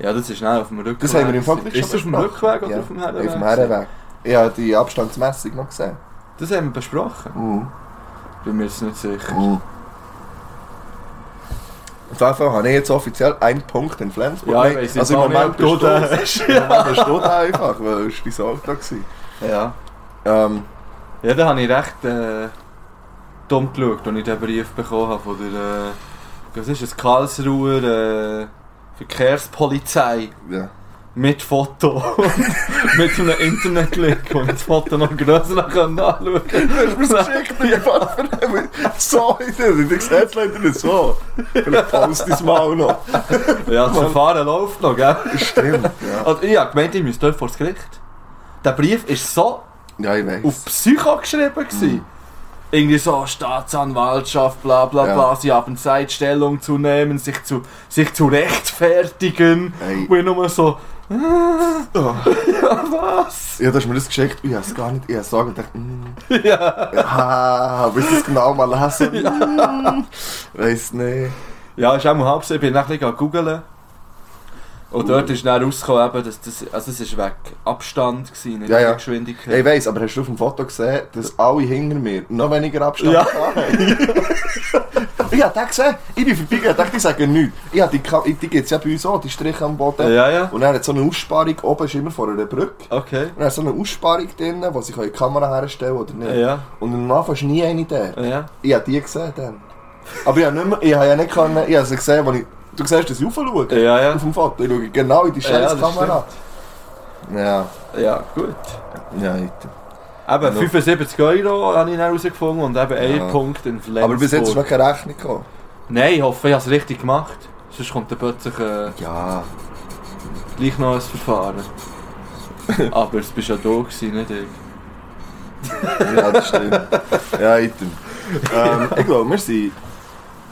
[SPEAKER 2] Ja, das ist schnell auf dem Rückweg.
[SPEAKER 1] Das haben wir im Fall nicht
[SPEAKER 2] Ist das auf
[SPEAKER 1] schon
[SPEAKER 2] dem Rückweg oder
[SPEAKER 1] Ja,
[SPEAKER 2] auf dem
[SPEAKER 1] Auf
[SPEAKER 2] Herrenweg?
[SPEAKER 1] dem Herrenweg. Ich habe die Abstandsmessung noch gesehen.
[SPEAKER 2] Das haben wir besprochen.
[SPEAKER 1] Mhm.
[SPEAKER 2] Bin mir jetzt nicht sicher.
[SPEAKER 1] Mhm. Auf jeden Fall habe ich jetzt offiziell einen Punkt in Flensburg.
[SPEAKER 2] Ja, ich
[SPEAKER 1] Nein,
[SPEAKER 2] weiss nicht,
[SPEAKER 1] also im
[SPEAKER 2] Mann,
[SPEAKER 1] Moment
[SPEAKER 2] ich hab
[SPEAKER 1] bist du
[SPEAKER 2] den-
[SPEAKER 1] da. [LAUGHS] Im Moment bist du da einfach, weil es dein Auto war.
[SPEAKER 2] Ja.
[SPEAKER 1] Ähm,
[SPEAKER 2] Ja, da habe ich recht äh, dumm geschaut, als ich den Brief bekommen habe von der. Äh, was ist das? Karlsruher äh, Verkehrspolizei.
[SPEAKER 1] ja.
[SPEAKER 2] Mit Foto. [LAUGHS] mit einem Internetlink. Und das Foto noch grösser anschauen konnte.
[SPEAKER 1] Du hast mir so geschickt, [LAUGHS] ich hab so in den, ich sehe es leider nicht so. Vielleicht poste ich es mal noch.
[SPEAKER 2] Ja, das Verfahren läuft noch, gell?
[SPEAKER 1] Stimmt, ja.
[SPEAKER 2] Also, ich habe gemeint, ich müsste dort vor das Gericht. Der Brief ist so
[SPEAKER 1] Ja, ich weiß.
[SPEAKER 2] auf Psycho geschrieben. Mhm. Irgendwie so Staatsanwaltschaft, bla bla
[SPEAKER 1] Ja.
[SPEAKER 2] bla, sie haben Zeit, Stellung zu nehmen, sich zu, sich zu rechtfertigen.
[SPEAKER 1] Ey.
[SPEAKER 2] Und ich nur so, äh, oh, [LAUGHS] ja was?
[SPEAKER 1] Ja, du hast mir das geschickt, ich hab's gar nicht, ich hab's sagen gedacht, mm,
[SPEAKER 2] Ja.
[SPEAKER 1] ja, willst du es genau mal lesen? Mm, Weiss nicht.
[SPEAKER 2] um ja, ist auch mal halb so, ich bin nachher googeln.
[SPEAKER 1] Oh.
[SPEAKER 2] Und dort ist dann rausgekommen, eben, dass das, also es ist weg Abstand gewesen, nicht
[SPEAKER 1] Ja, ja.
[SPEAKER 2] Geschwindigkeit.
[SPEAKER 1] Ja, ich weiss, aber hast du auf dem Foto gesehen, dass alle hinter mir noch weniger Abstand
[SPEAKER 2] Ja.
[SPEAKER 1] haben? [LAUGHS] ich hab den gesehen, ich bin vorbeigegangen, dachte, ich sage nichts. Ich hab die, Ka- die gibt's ja bei uns auch, die Striche am Boden.
[SPEAKER 2] ja, ja.
[SPEAKER 1] Und er hat so eine Aussparung, oben ist immer vor einer Brücke.
[SPEAKER 2] Okay.
[SPEAKER 1] Und er hat so eine Aussparung drin, wo sie die Kamera herstellen können oder nicht.
[SPEAKER 2] Ja,
[SPEAKER 1] Und am Anfang ist nie eine da.
[SPEAKER 2] ja.
[SPEAKER 1] Ich hab die gesehen dann. Aber ich hab, nicht mehr, ich hab ja nicht können, ich hab sie gesehen, wo ich... Du siehst, dass ich raufschaue.
[SPEAKER 2] Ja, ja.
[SPEAKER 1] Auf dem Foto, ich schaue genau in die
[SPEAKER 2] Ja, das
[SPEAKER 1] scheiß Kamera. Ja,
[SPEAKER 2] Ja, gut.
[SPEAKER 1] ja, Alter.
[SPEAKER 2] Eben,
[SPEAKER 1] Ja.
[SPEAKER 2] 75 Euro habe ich dann herausgefunden und eben ein
[SPEAKER 1] Genau. Ja.
[SPEAKER 2] Punkt in Flensburg.
[SPEAKER 1] Aber bis jetzt ist noch keine Rechnung gekommen.
[SPEAKER 2] Nein, ich hoffe, ich habe es richtig gemacht. Sonst kommt dann plötzlich äh,
[SPEAKER 1] Ja.
[SPEAKER 2] gleich noch
[SPEAKER 1] [LAUGHS]
[SPEAKER 2] ein Verfahren. Aber es war ja da, gewesen, nicht ich.
[SPEAKER 1] Ja, das stimmt. Ja, Item. Ähm, ich glaube, wir sind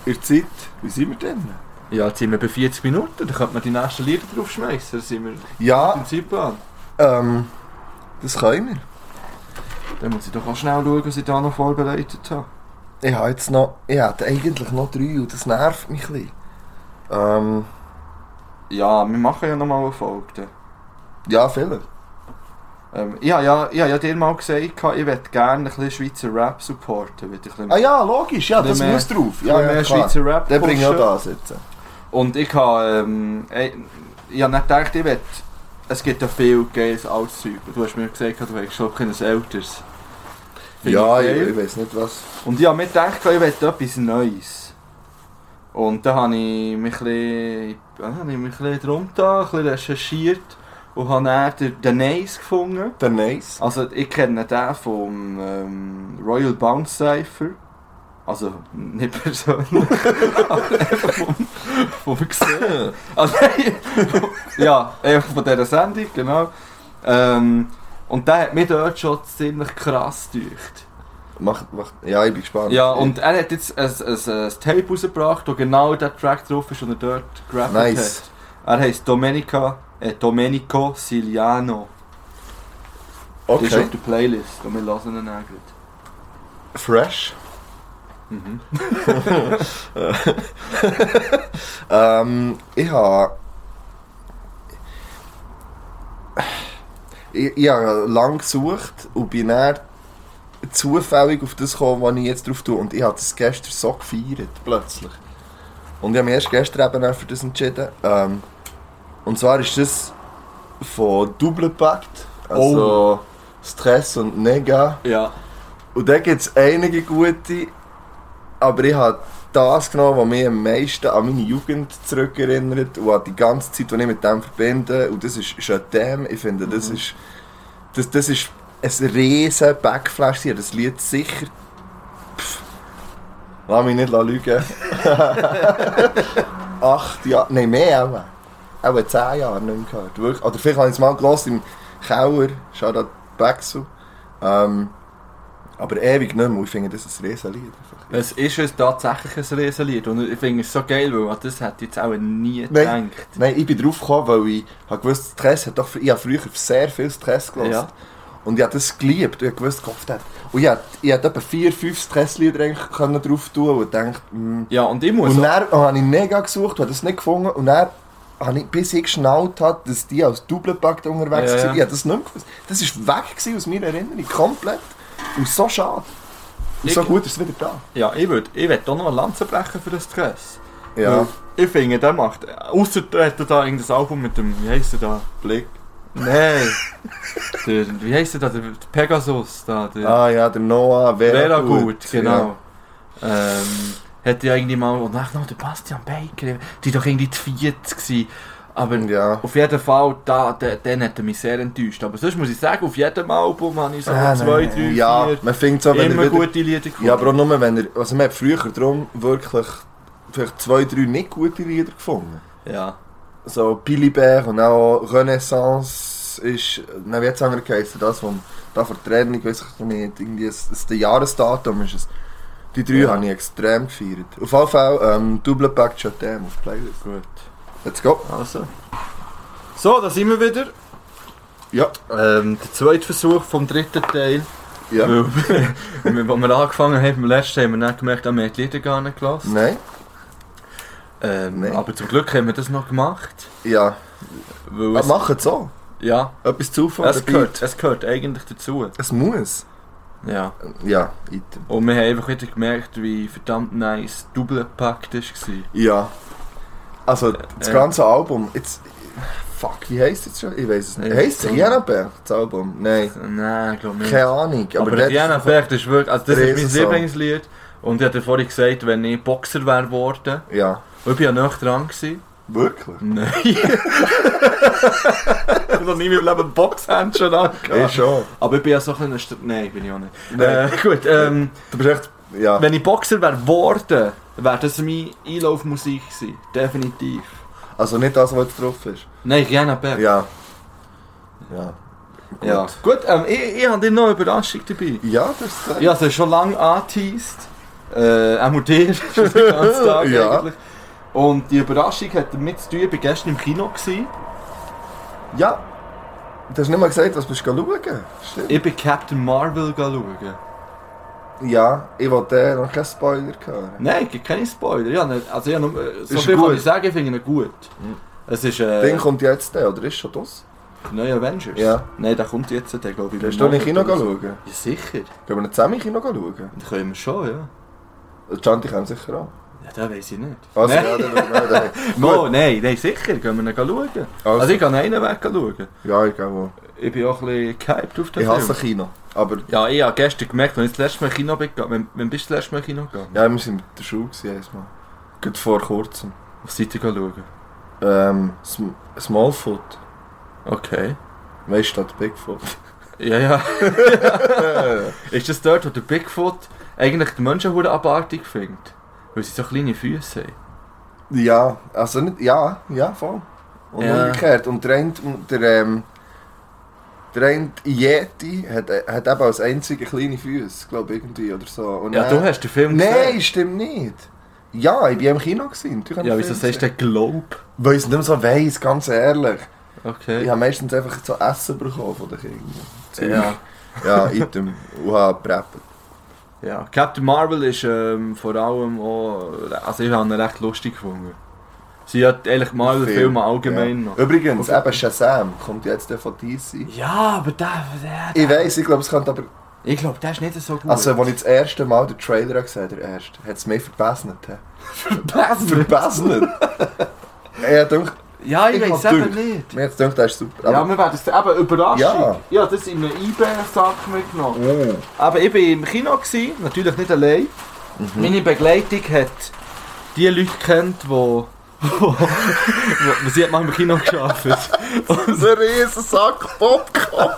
[SPEAKER 1] in der Zeit. Wie sind wir denn?
[SPEAKER 2] Ja, jetzt sind wir bei 40 Minuten, dann könnte man die nächsten Lieder draufschmeißen. Dann sind wir
[SPEAKER 1] Ja,
[SPEAKER 2] im Zeitplan.
[SPEAKER 1] ähm, das können
[SPEAKER 2] Dann muss ich doch auch schnell schauen, was ich da noch vorbereitet habe.
[SPEAKER 1] wir. Ich habe jetzt noch. Ich hatte eigentlich noch drei und das nervt mich ein bisschen. Ähm,
[SPEAKER 2] Ja, wir machen ja nochmal eine Folge. dann.
[SPEAKER 1] ja, viele.
[SPEAKER 2] Ähm, ich habe ja, ich habe ja dir mal gesagt, ich möchte gerne ein bisschen Schweizer Rap supporten. Wieder ein bisschen,
[SPEAKER 1] Ah ja, logisch, ja, das
[SPEAKER 2] Nicht mehr-
[SPEAKER 1] muss drauf.
[SPEAKER 2] ein
[SPEAKER 1] Ja,
[SPEAKER 2] bisschen
[SPEAKER 1] ja,
[SPEAKER 2] mehr
[SPEAKER 1] klar.
[SPEAKER 2] Schweizer Rap
[SPEAKER 1] Dann bringe ich auch
[SPEAKER 2] pushen.
[SPEAKER 1] das jetzt.
[SPEAKER 2] Und ich habe, ähm, ich, ich habe nicht gedacht, ich will, es gibt ja viel geiles altes Zeug. Du hast mir gesagt, du hättest schon ein bisschen ein älteres. Finde
[SPEAKER 1] Ja, ich,
[SPEAKER 2] geil.
[SPEAKER 1] ich weiß nicht was.
[SPEAKER 2] Und ich habe mir gedacht, ich will etwas Neues. Und dann habe ich mich ein bisschen, dann habe ich mich ein bisschen drum getan, ein bisschen recherchiert und habe dann den, den Ace gefunden.
[SPEAKER 1] Der Nice.
[SPEAKER 2] Also ich kenne den vom ähm, Royal Bounce Cypher. Also nicht [LAUGHS] persönlich, aber einfach vom, vom Gesehen. Also, ja, einfach von dieser Sendung, genau. Ähm, und der hat mich dort schon ziemlich krass gedeucht.
[SPEAKER 1] Mach, mach, ja, ich bin gespannt.
[SPEAKER 2] Ja, und er hat jetzt ein, ein, ein Tape rausgebracht, wo genau der Track drauf ist und er dort gerappt
[SPEAKER 1] Nice.
[SPEAKER 2] hat. Er heisst Domenica, äh, Domenico Siliano. Okay. Der ist
[SPEAKER 1] Okay.
[SPEAKER 2] auf der Playlist und wir hören ihn auch gleich.
[SPEAKER 1] Fresh.
[SPEAKER 2] Mhm.
[SPEAKER 1] Ähm, ich habe. Ich, ich habe lange gesucht und bin dann zufällig auf das gekommen, was ich jetzt drauf tue. Und ich habe das gestern so gefeiert, plötzlich. Und ich habe mich erst gestern eben auch für das entschieden. Ähm, und zwar ist das von Double Pact, also Stress und Nega.
[SPEAKER 2] Ja.
[SPEAKER 1] Und da gibt es einige gute, aber ich habe das genommen, was mich am meisten an meine Jugend zurückerinnert und an die ganze Zeit, die ich mit dem verbinde. Und das ist Chatem. Ich finde, das
[SPEAKER 2] Mhm.
[SPEAKER 1] ist. Das, das ist ein riesen Backflash. Ich habe das Lied sicher. Pff, lass mich nicht lügen. Acht Jahre. Nein, mehr auch. Auch zehn Jahre nicht mehr gehört. Wirklich. Oder vielleicht habe ich es mal gehört im Keller. Shoutout Baxu. Ähm, aber ewig nicht mehr. Ich finde, das ist ein riesen Lied. einfach.
[SPEAKER 2] Es ist es tatsächlich ein Riesenlied und ich finde es so geil, weil an das hätte ich jetzt auch nie
[SPEAKER 1] Nein.
[SPEAKER 2] gedacht.
[SPEAKER 1] Nein, ich bin drauf gekommen, weil ich habe gewusst, Stress hat doch, ich habe früher sehr viel Stress gelassen.
[SPEAKER 2] Ja.
[SPEAKER 1] Und ich habe das geliebt. Ich habe gewusst, Kopf hat. Und ich hätte ich hätte etwa vier, fünf Stresslieder eigentlich können drauf tun und gedacht, mm.
[SPEAKER 2] Ja, und ich muss
[SPEAKER 1] Und
[SPEAKER 2] auch,
[SPEAKER 1] dann habe ich mega gesucht, habe das nicht gefunden. Und dann habe ich, bis ich geschnallt habe, dass die als Doublepackt unterwegs
[SPEAKER 2] Ja, ja.
[SPEAKER 1] waren, ich habe das nicht mehr gewusst. Das ist weg gewesen aus meiner Erinnerung, komplett. Und so schade. Und so
[SPEAKER 2] Ich-
[SPEAKER 1] gut ist es wieder da.
[SPEAKER 2] ja, ich würde ich würd auch noch eine Lanze brechen für das Stress.
[SPEAKER 1] Ja,
[SPEAKER 2] Weil Ich finde, der macht, außer der hat da irgendein Album mit dem, wie heisst der da?
[SPEAKER 1] Blick. [LAUGHS]
[SPEAKER 2] Nein. der, wie heisst der da? Der Pegasus da. Der
[SPEAKER 1] Ah ja, der Noah, Vera,
[SPEAKER 2] Vera gut,
[SPEAKER 1] Ja.
[SPEAKER 2] genau. Ähm, hätte ja irgendwie mal, und nachher noch der Bastian Baker, die doch irgendwie die 40 gewesen. Aber
[SPEAKER 1] Ja.
[SPEAKER 2] Auf jeden Fall, da, da, den hat er mich sehr enttäuscht. Aber sonst muss ich sagen, auf jedem Album habe ich so
[SPEAKER 1] Ah,
[SPEAKER 2] zwei,
[SPEAKER 1] nein.
[SPEAKER 2] drei,
[SPEAKER 1] ja,
[SPEAKER 2] vier
[SPEAKER 1] man fängt so, wenn
[SPEAKER 2] immer
[SPEAKER 1] er wieder,
[SPEAKER 2] gute Lieder gefunden.
[SPEAKER 1] Ja, aber auch nur, wenn er, also man hat früher drum wirklich vielleicht zwei, drei nicht gute Lieder gefunden.
[SPEAKER 2] Ja.
[SPEAKER 1] So Billy Bear und auch Renaissance nou, ist, nein, wie hat es anders geheißen, das vom, da vor Trennung, weiß ich nicht, irgendwie, es, es, der Jahresdatum ist es. Die drei
[SPEAKER 2] Ja.
[SPEAKER 1] habe ich extrem gefeiert. Auf jeden Fall, ähm, Double Pack Chatem auf die Playlist.
[SPEAKER 2] Gut.
[SPEAKER 1] Let's go.
[SPEAKER 2] Also. So, da sind wir wieder.
[SPEAKER 1] Ja,
[SPEAKER 2] Ähm, der zweite Versuch vom dritten Teil.
[SPEAKER 1] ja.
[SPEAKER 2] Weil, [LAUGHS] als wir angefangen haben, beim letzten haben wir dann gemerkt, ah, wir haben die Lieder gar nicht gelassen.
[SPEAKER 1] Nein.
[SPEAKER 2] Ähm,
[SPEAKER 1] Nein.
[SPEAKER 2] aber zum Glück haben wir das noch gemacht.
[SPEAKER 1] Ja,
[SPEAKER 2] Weil
[SPEAKER 1] was
[SPEAKER 2] es,
[SPEAKER 1] machen so?
[SPEAKER 2] ja,
[SPEAKER 1] Etwas Zufall
[SPEAKER 2] es gehört, es gehört eigentlich dazu.
[SPEAKER 1] Es muss.
[SPEAKER 2] Ja.
[SPEAKER 1] Ja, item.
[SPEAKER 2] Und wir haben einfach wieder gemerkt, wie verdammt nice Doublepackt war.
[SPEAKER 1] Ja. Also, das
[SPEAKER 2] Äh.
[SPEAKER 1] ganze Album. Jetzt, fuck, wie heisst es schon? Ich weiß es nicht.
[SPEAKER 2] Ich
[SPEAKER 1] Heisst es
[SPEAKER 2] weiß
[SPEAKER 1] Jena Berg, das Album? Nein.
[SPEAKER 2] Äh, Nein, ich glaube nicht.
[SPEAKER 1] Keine Ahnung. Aber,
[SPEAKER 2] aber
[SPEAKER 1] dort-
[SPEAKER 2] Diana Berg, das ist wirklich, also das ist mein
[SPEAKER 1] Riesensong.
[SPEAKER 2] Lieblingslied. Und ich hatte vorhin gesagt, wenn ich Boxer wäre geworden,
[SPEAKER 1] Ja.
[SPEAKER 2] und ich bin ja nicht dran gewesen.
[SPEAKER 1] Wirklich?
[SPEAKER 2] Nein.
[SPEAKER 1] [LAUGHS]
[SPEAKER 2] ich habe noch nie in meinem Leben Boxhandschuhe
[SPEAKER 1] Ja. Ich
[SPEAKER 2] angehabt.
[SPEAKER 1] schon.
[SPEAKER 2] Aber ich bin ja so ein bisschen... ein Str- Nein, bin ich auch nicht.
[SPEAKER 1] Nein.
[SPEAKER 2] Äh, gut, ähm,
[SPEAKER 1] Du bist echt. Ja.
[SPEAKER 2] wenn ich Boxer wäre geworden, wäre das meine Einlaufmusik gewesen. Definitiv.
[SPEAKER 1] Also nicht das, was jetzt drauf ist.
[SPEAKER 2] Nein, Diana Berg.
[SPEAKER 1] Ja. Ja. Gut.
[SPEAKER 2] Ja. Gut, ähm, ich, ich habe dir noch eine Überraschung dabei.
[SPEAKER 1] Ja, das ist.
[SPEAKER 2] Ich habe sie schon lange angeteased. Äh, auch mit dir. [LAUGHS] Schon den ganzen Tag
[SPEAKER 1] Ja.
[SPEAKER 2] eigentlich. Und die Überraschung hat damit zu tun, ich war gestern im Kino. Gewesen.
[SPEAKER 1] Ja. Du hast nicht mal gesagt, was du schauen gegangen. Stimmt.
[SPEAKER 2] Ich bin Captain Marvel schauen.
[SPEAKER 1] Ja, ich wollte äh, noch keinen Spoiler hören.
[SPEAKER 2] Nein, gibt keine Spoiler. Ich habe, ihn- also ich habe nur, äh, so
[SPEAKER 1] Ist
[SPEAKER 2] viel
[SPEAKER 1] gut.
[SPEAKER 2] kann ich sagen, ich finde ihn gut.
[SPEAKER 1] Mhm.
[SPEAKER 2] Es ist äh,
[SPEAKER 1] Ding kommt jetzt, äh, oder ist schon das?
[SPEAKER 2] neue Avengers.
[SPEAKER 1] Ja.
[SPEAKER 2] Nein, der kommt jetzt, der glaube ich.
[SPEAKER 1] Hast du
[SPEAKER 2] im
[SPEAKER 1] nicht in Kino
[SPEAKER 2] Monat oder so.
[SPEAKER 1] schauen? Gehen
[SPEAKER 2] Ja, sicher.
[SPEAKER 1] wir nicht zusammen in Kino schauen? Also,
[SPEAKER 2] Das können wir schon, ja.
[SPEAKER 1] Chanti kommt sicher an.
[SPEAKER 2] Ja, das weiß ich nicht.
[SPEAKER 1] Also,
[SPEAKER 2] nein.
[SPEAKER 1] ja, dann schauen wir den.
[SPEAKER 2] [LAUGHS] No, nein, nein, sicher, gehen wir ihn schauen. Also,
[SPEAKER 1] Also,
[SPEAKER 2] ich kann einen Weg schauen.
[SPEAKER 1] ja, ich glaube auch.
[SPEAKER 2] Ich bin auch ein bisschen gehypt auf den
[SPEAKER 1] Ich
[SPEAKER 2] Film.
[SPEAKER 1] hasse Kino. Aber
[SPEAKER 2] Ja, ich habe gestern gemerkt, wenn ich das letzte Mal im Kino bin, gegangen- wenn, wenn bist du das letzte Mal im Kino gegangen?
[SPEAKER 1] ja, wir sind mit der Schule gewesen, erstmal. Gerade vor kurzem.
[SPEAKER 2] Auf die Seite schauen.
[SPEAKER 1] Ähm, Sm Smallfoot.
[SPEAKER 2] Okay.
[SPEAKER 1] Weißt du, statt Bigfoot.
[SPEAKER 2] [LAUGHS] Ja, ja.
[SPEAKER 1] Äh,
[SPEAKER 2] Ist das dort, wo der Bigfoot eigentlich die Menschen hure abartig findet? Weil sie so kleine Füße haben.
[SPEAKER 1] ja, also nicht. Ja, ja, voll. Und
[SPEAKER 2] Ja.
[SPEAKER 1] umgekehrt. Und der eine, der, ähm, der eine Yeti hat, hat eben als einziger kleine Füße, glaube ich, irgendwie oder so. Und
[SPEAKER 2] Ja,
[SPEAKER 1] dann-
[SPEAKER 2] du hast den Film
[SPEAKER 1] Nein,
[SPEAKER 2] gesehen.
[SPEAKER 1] stimmt nicht. Ja, ich war im Kino. Gewesen. natürlich habe ich
[SPEAKER 2] Ja,
[SPEAKER 1] den
[SPEAKER 2] wieso
[SPEAKER 1] Film
[SPEAKER 2] sagst du
[SPEAKER 1] gesehen.
[SPEAKER 2] den Globe?
[SPEAKER 1] Weil ich es nicht mehr so weiss, ganz ehrlich.
[SPEAKER 2] Okay.
[SPEAKER 1] Ich habe meistens einfach so Essen bekommen von den Kindern. Zeug.
[SPEAKER 2] ja.
[SPEAKER 1] Ja, Item. Uha, Preppen.
[SPEAKER 2] ja. Captain Marvel ist ähm, vor allem auch... Also ich habe ihn recht lustig gefunden. Sie hat eigentlich Marvel-Filme allgemein
[SPEAKER 1] ja.
[SPEAKER 2] noch.
[SPEAKER 1] Übrigens, eben Shazam kommt jetzt von DC.
[SPEAKER 2] Ja, aber der... der,
[SPEAKER 1] Ich weiss, ich glaube, es könnte aber.
[SPEAKER 2] ich glaube, der ist nicht so gut.
[SPEAKER 1] Also, als ich das erste Mal den Trailer gesehen habe, der erste, hat es mich verbessert.
[SPEAKER 2] Basel.
[SPEAKER 1] Verbessert?
[SPEAKER 2] [LAUGHS]
[SPEAKER 1] ich dachte,
[SPEAKER 2] Ja, ich,
[SPEAKER 1] Ich
[SPEAKER 2] weiß
[SPEAKER 1] hab
[SPEAKER 2] eben
[SPEAKER 1] gedacht.
[SPEAKER 2] nicht.
[SPEAKER 1] mir hat's gedacht, der ist super.
[SPEAKER 2] Ja, wir werden es eben überraschen.
[SPEAKER 1] Ja.
[SPEAKER 2] ja, das in einem eBay-Sack mitgenommen.
[SPEAKER 1] oh.
[SPEAKER 2] Aber ich war im Kino, gewesen, natürlich nicht allein. Meine Begleitung hat die Leute kennt, die. wo, [LAUGHS] wo, wo- sie hat mal im Kino gearbeitet.
[SPEAKER 1] [LAUGHS]
[SPEAKER 2] [LAUGHS]
[SPEAKER 1] Das ist ein riesen Sack Popcorn.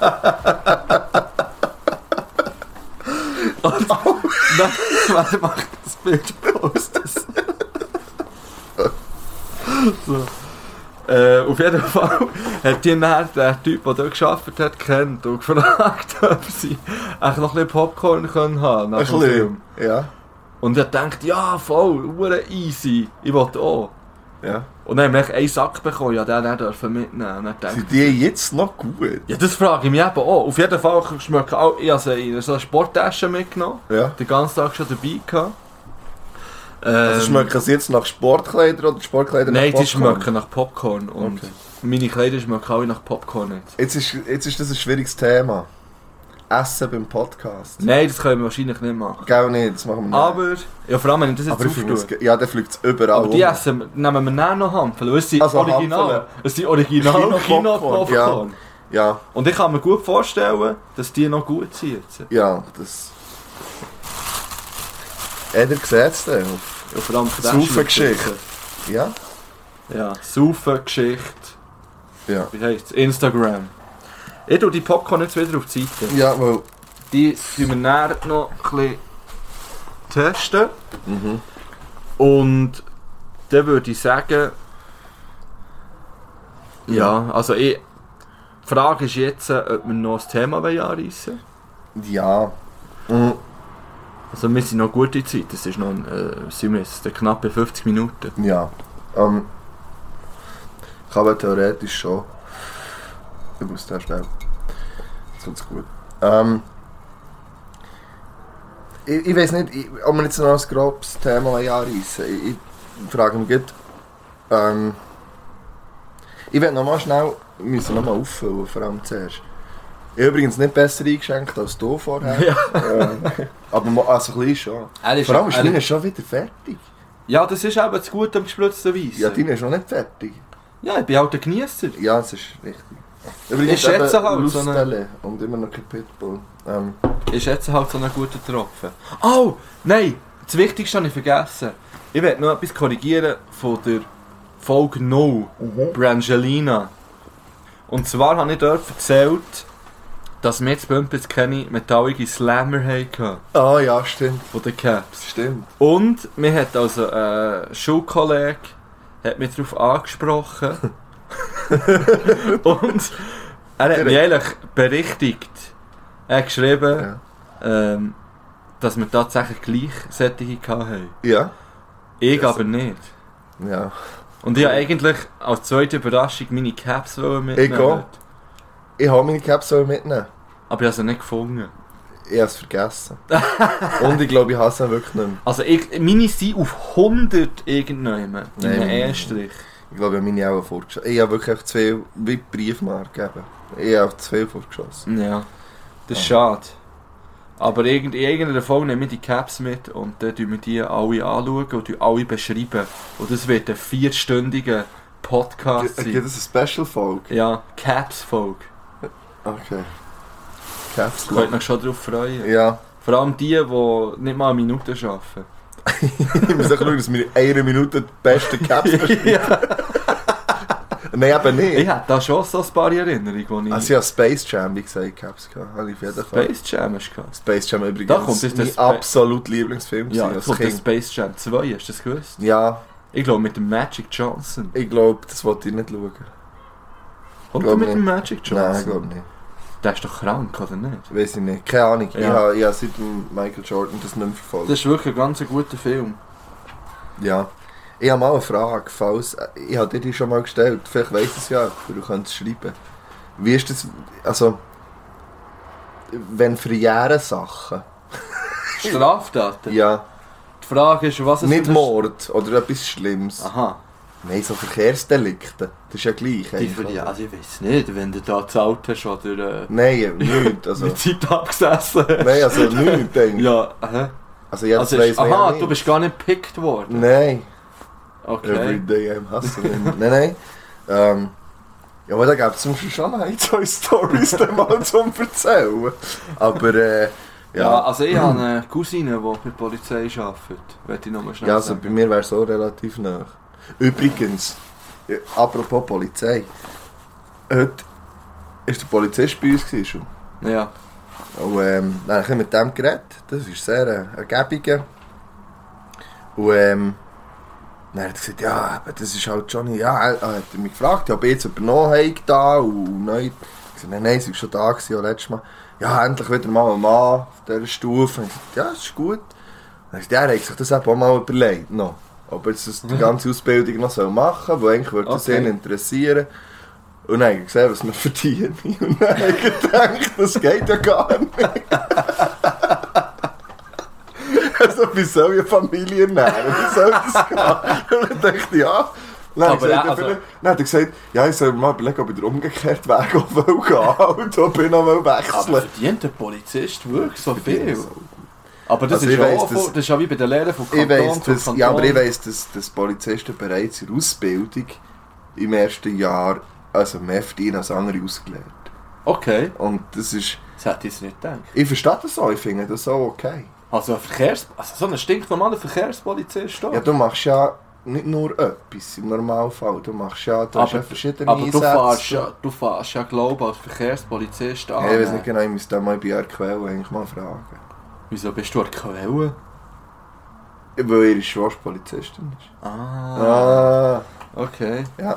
[SPEAKER 2] Nein, Wer macht das Bild postes? so. Äh, auf jeden Fall hat die dann den Typ, der dort gearbeitet hat, kennt und gefragt, [LAUGHS] ob sie echt noch ein bisschen Popcorn können haben nach
[SPEAKER 1] Ein
[SPEAKER 2] dem Film.
[SPEAKER 1] bisschen. Ja.
[SPEAKER 2] Und er denkt, ja voll, hure easy, ich will auch.
[SPEAKER 1] ja.
[SPEAKER 2] Und dann haben wir echt einen Sack bekommen, ja, den, den dürfen wir mitnehmen. Und er denkt,
[SPEAKER 1] Sind die jetzt noch gut?
[SPEAKER 2] ja, das frage ich mich eben auch. Auf jeden Fall schmecken auch, ich habe sie in so eine Sporttasche mitgenommen,
[SPEAKER 1] Ja.
[SPEAKER 2] den ganzen Tag schon dabei gehabt. Ähm,
[SPEAKER 1] Also schmecken sie jetzt nach Sportkleider oder Sportkleider
[SPEAKER 2] Nein,
[SPEAKER 1] nach
[SPEAKER 2] die
[SPEAKER 1] Popcorn?
[SPEAKER 2] schmecken nach Popcorn. Und
[SPEAKER 1] Okay.
[SPEAKER 2] meine Kleider schmecken alle nach Popcorn nicht.
[SPEAKER 1] Jetzt ist, jetzt ist das ein schwieriges Thema. Essen beim Podcast.
[SPEAKER 2] Nein, das können wir wahrscheinlich nicht machen.
[SPEAKER 1] Gell nicht, das machen wir nicht.
[SPEAKER 2] Aber, ja, vor allem, wenn ich das jetzt
[SPEAKER 1] Aber ich finde,
[SPEAKER 2] auftue.
[SPEAKER 1] es, ja, dann fliegt es überall
[SPEAKER 2] Aber die
[SPEAKER 1] rum.
[SPEAKER 2] essen, nehmen wir dann noch Hampel, weil es sind
[SPEAKER 1] Also
[SPEAKER 2] original.
[SPEAKER 1] Hampeln.
[SPEAKER 2] Es sind original
[SPEAKER 1] Kino-Popcorn, ja.
[SPEAKER 2] Kino-Popcorn.
[SPEAKER 1] Ja,
[SPEAKER 2] Und ich kann mir gut vorstellen, dass die noch gut sind jetzt.
[SPEAKER 1] ja, das... Jeder sieht es dann. auf-
[SPEAKER 2] Ja, vor allem
[SPEAKER 1] Saufengeschichte. Ja?
[SPEAKER 2] Ja, Saufengeschichte.
[SPEAKER 1] Ja.
[SPEAKER 2] Wie heisst Instagram. Ich tue die Popcorn jetzt wieder auf die Seite.
[SPEAKER 1] Ja, weil...
[SPEAKER 2] Die tun wir dann noch ein bisschen testen.
[SPEAKER 1] Mhm.
[SPEAKER 2] Und dann würde ich sagen... Ja, also ich... Die Frage ist jetzt, äh, ob wir noch das Thema wollen anreissen wollen.
[SPEAKER 1] Ja. Mhm.
[SPEAKER 2] Also wir sind noch gute Zeit. Es ist noch... Äh, sind wir jetzt knappe 50 Minuten.
[SPEAKER 1] Ja. Ähm, kann man theoretisch schon. Ich muss da schnell. Jetzt kommt's gut. Ähm, ich, ich weiß nicht, ich, ob wir jetzt noch ein grobes Thema anreissen. Ich, ich frage mich gut, Ähm, ich werde nochmal schnell, wir müssen nochmal auffüllen, vor allem zuerst. Ich habe übrigens nicht besser eingeschenkt als du
[SPEAKER 2] [LAUGHS]
[SPEAKER 1] vorher.
[SPEAKER 2] Ja.
[SPEAKER 1] Ähm, aber mo- also ein bisschen schon.
[SPEAKER 2] Er
[SPEAKER 1] Vor allem ist
[SPEAKER 2] er-
[SPEAKER 1] deine schon wieder fertig.
[SPEAKER 2] Ja, das ist eben das Gute am gespritzten Weiss.
[SPEAKER 1] Ja, deine ist noch nicht fertig.
[SPEAKER 2] ja, ich bin halt ein Geniesser.
[SPEAKER 1] Ja, das ist richtig. Übrigens
[SPEAKER 2] Ich schätze
[SPEAKER 1] eben
[SPEAKER 2] halt so eine-
[SPEAKER 1] Lustelle und immer noch kein Pitbull. Ähm,
[SPEAKER 2] Ich schätze halt so einen guten Tropfen. Oh, nein, das Wichtigste habe ich vergessen. Ich werde noch etwas korrigieren von der Folge 0, Brangelina. Und zwar habe ich dort erzählt, dass wir jetzt Bumpers keine metallige Slammer hatten
[SPEAKER 1] Ah ja, stimmt.
[SPEAKER 2] von den Caps.
[SPEAKER 1] Stimmt.
[SPEAKER 2] Und mir hat also ein Schulkollege hat mich
[SPEAKER 1] [LAUGHS]
[SPEAKER 2] darauf angesprochen. Und er hat mich eigentlich berichtigt. Er hat geschrieben, ähm, dass wir tatsächlich gleich solche gehabt haben.
[SPEAKER 1] Ja?
[SPEAKER 2] Ich
[SPEAKER 1] Ja,
[SPEAKER 2] aber nicht.
[SPEAKER 1] Ja.
[SPEAKER 2] Und ich wollte eigentlich als zweite Überraschung meine Caps wollen mitnehmen.
[SPEAKER 1] Ich auch. Ich habe meine Caps soll mitnehmen.
[SPEAKER 2] Aber ich habe sie nicht gefunden.
[SPEAKER 1] Ich habe es
[SPEAKER 2] [LAUGHS]
[SPEAKER 1] vergessen. und ich glaube, ich hasse ihn wirklich nicht mehr.
[SPEAKER 2] Also ich, meine sind auf 100 irgendjemand. In
[SPEAKER 1] Nein,
[SPEAKER 2] einem
[SPEAKER 1] nein, nein.
[SPEAKER 2] Estrich.
[SPEAKER 1] Ich glaube, ich habe meine auch fortgeschossen. Ich habe wirklich einfach zu viel, wie die Briefmarke eben. Ich habe zu viel fortgeschossen.
[SPEAKER 2] Ja, das ist schade. Aber irgend, in irgendeiner Folge nehmen wir die Caps mit und dann schauen wir die alle anschauen und die alle beschreiben. Und das wird ein vierstündiger Podcast
[SPEAKER 1] Gibt
[SPEAKER 2] sein.
[SPEAKER 1] es eine Special-Folge?
[SPEAKER 2] Ja, Caps-Folge.
[SPEAKER 1] Okay. Caps
[SPEAKER 2] Könnt ihr euch schon darauf freuen.
[SPEAKER 1] Ja. [LAUGHS]
[SPEAKER 2] Vor allem die, die nicht mal eine Minute arbeiten.
[SPEAKER 1] Ich muss auch schauen, dass wir in einer Minute die besten
[SPEAKER 2] [LAUGHS]
[SPEAKER 1] Caps beschreiben.
[SPEAKER 2] ja.
[SPEAKER 1] Nein, eben
[SPEAKER 2] Ich
[SPEAKER 1] nicht.
[SPEAKER 2] habe da schon so ein paar Erinnerungen, die ich
[SPEAKER 1] Also ich habe Space Jam, wie gesagt, Caps gehabt. Habe ich auf jeden Fall.
[SPEAKER 2] Space Jam hatte.
[SPEAKER 1] Space Jam übrigens
[SPEAKER 2] Da kommt jetzt der
[SPEAKER 1] mein
[SPEAKER 2] Spa-
[SPEAKER 1] absolut Lieblingsfilm
[SPEAKER 2] Ja,
[SPEAKER 1] gewesen
[SPEAKER 2] jetzt
[SPEAKER 1] als
[SPEAKER 2] kommt der
[SPEAKER 1] Kind.
[SPEAKER 2] Space Jam 2, hast du das gewusst?
[SPEAKER 1] Ja,
[SPEAKER 2] Ich glaube mit dem Magic Johnson.
[SPEAKER 1] ich glaube, das wollte ich nicht schauen.
[SPEAKER 2] Kommt er
[SPEAKER 1] Glaub
[SPEAKER 2] mit
[SPEAKER 1] nicht.
[SPEAKER 2] dem Magic Johnson?
[SPEAKER 1] Nein, ich glaube nicht.
[SPEAKER 2] Der ist doch krank, oder nicht?
[SPEAKER 1] Weiß ich nicht. Keine Ahnung. Ich
[SPEAKER 2] Ja.
[SPEAKER 1] habe ich habe seit dem Michael Jordan das nicht mehr verfolgt.
[SPEAKER 2] Das ist wirklich ein ganz guter Film.
[SPEAKER 1] Ja. Ich habe mal eine Frage, falls... äh, Ich habe dir die schon mal gestellt, vielleicht weiss es ja, aber du kannst es schreiben. Wie ist das... Also... Wenn verjähren Sachen...
[SPEAKER 2] Straftaten?
[SPEAKER 1] Ja.
[SPEAKER 2] Die Frage ist, was es
[SPEAKER 1] Nicht
[SPEAKER 2] für-
[SPEAKER 1] Mord oder etwas Schlimmes.
[SPEAKER 2] Aha.
[SPEAKER 1] Nein, so Verkehrsdelikte. Das ist ja gleich
[SPEAKER 2] Die für die,
[SPEAKER 1] oder?
[SPEAKER 2] also ich weiß nicht, wenn du da gezahlt hast oder äh,
[SPEAKER 1] Nein,
[SPEAKER 2] [LAUGHS]
[SPEAKER 1] nichts. eh, Also,
[SPEAKER 2] die Zeit abgesessen hast.
[SPEAKER 1] nein, also nichts, denke ich.
[SPEAKER 2] Ja, aha.
[SPEAKER 1] Also, jetzt
[SPEAKER 2] also
[SPEAKER 1] weiss
[SPEAKER 2] ist,
[SPEAKER 1] man ja
[SPEAKER 2] aha,
[SPEAKER 1] nicht.
[SPEAKER 2] du bist gar nicht gepickt worden.
[SPEAKER 1] Nein.
[SPEAKER 2] Okay.
[SPEAKER 1] Everyday I'm hustling. nein, nein. Ähm, ja, aber da gäbe es zum Beispiel schon ein, zwei Storys dann mal zum Erzählen. Aber, äh,
[SPEAKER 2] Ja.
[SPEAKER 1] ja.
[SPEAKER 2] also
[SPEAKER 1] [CLEARS THROAT]
[SPEAKER 2] ich habe eine Cousine, die bei der Polizei arbeitet. Wollte ich nochmal schnell
[SPEAKER 1] Ja, also bei
[SPEAKER 2] sagen.
[SPEAKER 1] mir wäre es auch relativ nah. Übrigens, ja, eh, apropos Polizei. Heute ist der Polizist bei uns gewesen schon.
[SPEAKER 2] Ja,
[SPEAKER 1] Und ähm, dann habe ich mit dem geredet. Das ist sehr äh, ergäbiger. Und ähm, dann hat er gesagt, ja, aber das ist halt Johnny. Ja, er, er hat mich gefragt, ob ich jetzt übernommen habe da und neu. Ich sagte, nein, nein, sie war schon da gewesen, ja, letztes Mal. Ja, endlich wieder mal ein Mann auf dieser Stufe. Und ich sagte, ja, das ist gut. Dann hat er gesagt, ja, er hat sich das eben auch mal überlegt. Noch. Ob er jetzt das- die ganze Ausbildung noch soll machen soll, weil eigentlich würde das
[SPEAKER 2] Okay.
[SPEAKER 1] ihn interessieren. Und dann habe ich gesehen, was wir [LAUGHS] verdienen. Und dann habe ich gedacht, das geht ja gar nicht. Also, wie soll ich eine Familie ernähren? Wie soll das
[SPEAKER 2] [LAUGHS]
[SPEAKER 1] gehen? Und dann dachte ich, ja. Dann hat er gesagt,
[SPEAKER 2] Aber ja,
[SPEAKER 1] ja,
[SPEAKER 2] also-
[SPEAKER 1] vielleicht- dann hat er gesagt, ja, ich soll mir mal überlegen, ob ich den umgekehrten Weg auch will
[SPEAKER 2] [LAUGHS]
[SPEAKER 1] gehen und ob ich noch mal wechseln
[SPEAKER 2] aber
[SPEAKER 1] will.
[SPEAKER 2] verdient der Polizist wirklich so viel?
[SPEAKER 1] Also,
[SPEAKER 2] Aber das,
[SPEAKER 1] Also
[SPEAKER 2] ist
[SPEAKER 1] ich
[SPEAKER 2] ja
[SPEAKER 1] weiss,
[SPEAKER 2] auch,
[SPEAKER 1] dass-
[SPEAKER 2] von- das ist ja wie bei den Lehrern von Kanton
[SPEAKER 1] Ich weiss,
[SPEAKER 2] zu
[SPEAKER 1] dass,
[SPEAKER 2] Kanton.
[SPEAKER 1] ja, aber ich weiss, dass, dass Polizisten bereits in der Ausbildung im ersten Jahr also mehr verdienen als andere ausgelernt.
[SPEAKER 2] Okay,
[SPEAKER 1] Und das ist...
[SPEAKER 2] das hätte ich jetzt nicht gedacht.
[SPEAKER 1] Ich verstehe das auch, ich finde das auch okay.
[SPEAKER 2] Also, ein Verkehrs also so ein stinknormaler Verkehrspolizist doch.
[SPEAKER 1] Ja, du machst ja nicht nur etwas im Normalfall, du machst ja, du hast ja verschiedene
[SPEAKER 2] aber du
[SPEAKER 1] Einsätze.
[SPEAKER 2] fährst, ja, du fährst ja, glaube ich, als Verkehrspolizist an.
[SPEAKER 1] Ja, ich weiß nicht genau, ich müsste da mal bei ihrer Quelle eigentlich mal fragen.
[SPEAKER 2] Wieso bist du an der Quelle?
[SPEAKER 1] Weil ihre Schwester Polizistin ist.
[SPEAKER 2] Ah,
[SPEAKER 1] Ah.
[SPEAKER 2] okay.
[SPEAKER 1] Ja.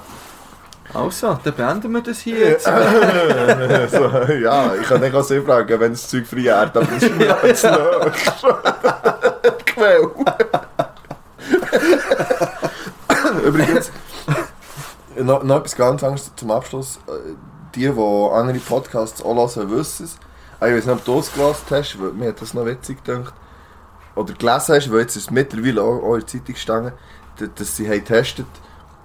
[SPEAKER 2] Also, dann beenden wir das hier
[SPEAKER 1] [LAUGHS]
[SPEAKER 2] jetzt.
[SPEAKER 1] Also, ja, ich kann nicht auch sie fragen, wenn das Zeug verjährt, aber das ist mir ja, [LAUGHS] jetzt noch. Quelle. Übrigens, noch, noch etwas ganz anderes zum Abschluss. Äh, Die, die andere Podcasts auch hören, wissen es. Ah, Ich weiß nicht, ob du es gelesen hast, weil mir hat das noch witzig gedacht. Oder gelesen hast, weil jetzt ist es mittlerweile auch, auch in der Zeitung gestanden, d- dass sie haben getestet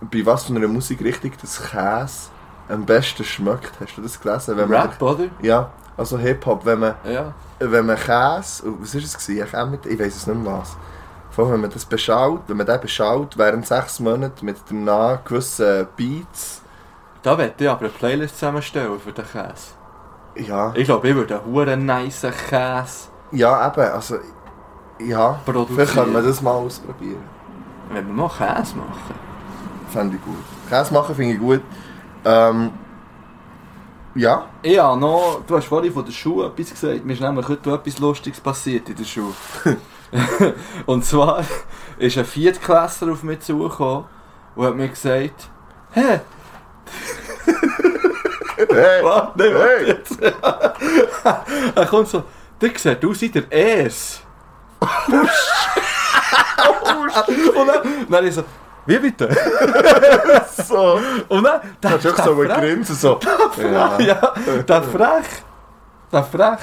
[SPEAKER 1] bei was für einer Musikrichtung das Käse am besten schmeckt. Hast du das gelesen? Wenn man,
[SPEAKER 2] Rap, oder?
[SPEAKER 1] ja, also Hip-Hop, wenn man,
[SPEAKER 2] Ja.
[SPEAKER 1] wenn man Käse, oh, was war es? gewesen? Ich, auch mit, ich weiß es nicht mehr was. Vor allem, wenn man das beschaut, wenn man den beschaut, während sechs Monaten mit dem nahen gewissen Beats,
[SPEAKER 2] Da wette ich aber eine Playlist zusammenstellen für den Käse.
[SPEAKER 1] ja,
[SPEAKER 2] Ich glaube, ich würde einen huren nice Käse
[SPEAKER 1] ja eben, also, ja,
[SPEAKER 2] produzieren.
[SPEAKER 1] vielleicht können wir das mal ausprobieren.
[SPEAKER 2] Wenn wir mal Käse machen.
[SPEAKER 1] Fände ich gut. Käse machen finde ich gut. Ähm,
[SPEAKER 2] [LAUGHS]
[SPEAKER 1] ja,
[SPEAKER 2] Ich habe noch, du hast vorhin von der Schule etwas gesagt, mir ist nämlich heute etwas Lustiges passiert in der
[SPEAKER 1] [LAUGHS]
[SPEAKER 2] Schule. und zwar ist ein Viertklässler auf mich zugekommen und hat mir gesagt, hä, Äh,
[SPEAKER 1] hey,
[SPEAKER 2] warte, nein, warte
[SPEAKER 1] hey.
[SPEAKER 2] jetzt. [LAUGHS] er kommt so, der sieht aus wie der Es. und dann, dann ich so, wie bitte?
[SPEAKER 1] [LAUGHS] so.
[SPEAKER 2] Und dann,
[SPEAKER 1] Du
[SPEAKER 2] der,
[SPEAKER 1] hast wirklich so ein Grinsen, so.
[SPEAKER 2] ja.
[SPEAKER 1] Ja.
[SPEAKER 2] der frech, der frech.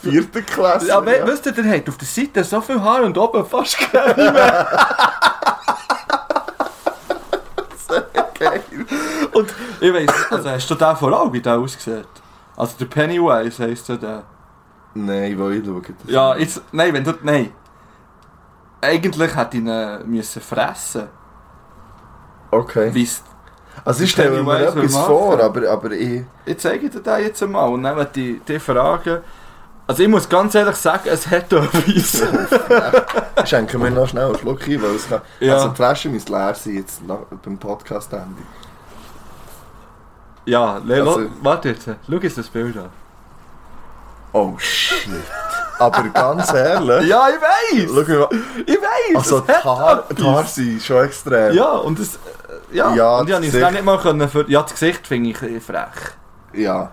[SPEAKER 1] Vierte Klasse.
[SPEAKER 2] Ja, we- wisst ihr, der hat auf der Seite so viel Haar und oben fast keine mehr.
[SPEAKER 1] Geil.
[SPEAKER 2] Und ich weiss, also hast du den vor Augen, wie der aussieht? Also der Pennywise heisst ja der.
[SPEAKER 1] Nein, weil ich schaue das.
[SPEAKER 2] Ja,
[SPEAKER 1] nicht.
[SPEAKER 2] jetzt, nein, wenn du, nein. Eigentlich hätte ich ihn äh, müssen fressen
[SPEAKER 1] Okay.
[SPEAKER 2] müssen.
[SPEAKER 1] Also ich stelle mir
[SPEAKER 2] Pennywise
[SPEAKER 1] etwas
[SPEAKER 2] will
[SPEAKER 1] vor,
[SPEAKER 2] machen.
[SPEAKER 1] aber, aber ich...
[SPEAKER 2] Ich zeige dir den jetzt einmal und dann möchte ich dich fragen. Also ich muss ganz ehrlich sagen, es hat [LAUGHS] etwas.
[SPEAKER 1] Schenke mir noch schnell einen Schluck ein, weil es kann...
[SPEAKER 2] Ja.
[SPEAKER 1] Also die Flasche muss leer sein, jetzt nach, beim Podcast-Ende.
[SPEAKER 2] ja, Lelo,
[SPEAKER 1] Also-
[SPEAKER 2] warte jetzt. Schau jetzt das Bild an.
[SPEAKER 1] Oh, shit. aber ganz ehrlich...
[SPEAKER 2] Ja, ich weiss!
[SPEAKER 1] Schau mal,
[SPEAKER 2] Ich weiss!
[SPEAKER 1] also
[SPEAKER 2] es
[SPEAKER 1] die
[SPEAKER 2] hat
[SPEAKER 1] Haare, die
[SPEAKER 2] etwas.
[SPEAKER 1] Haare sind schon extrem.
[SPEAKER 2] Ja, und das. äh, Ja,
[SPEAKER 1] Ja,
[SPEAKER 2] und ich
[SPEAKER 1] das
[SPEAKER 2] habe es
[SPEAKER 1] Gesicht.
[SPEAKER 2] dann nicht mal können für. Ja, das Gesicht finde ich ein bisschen frech.
[SPEAKER 1] Ja.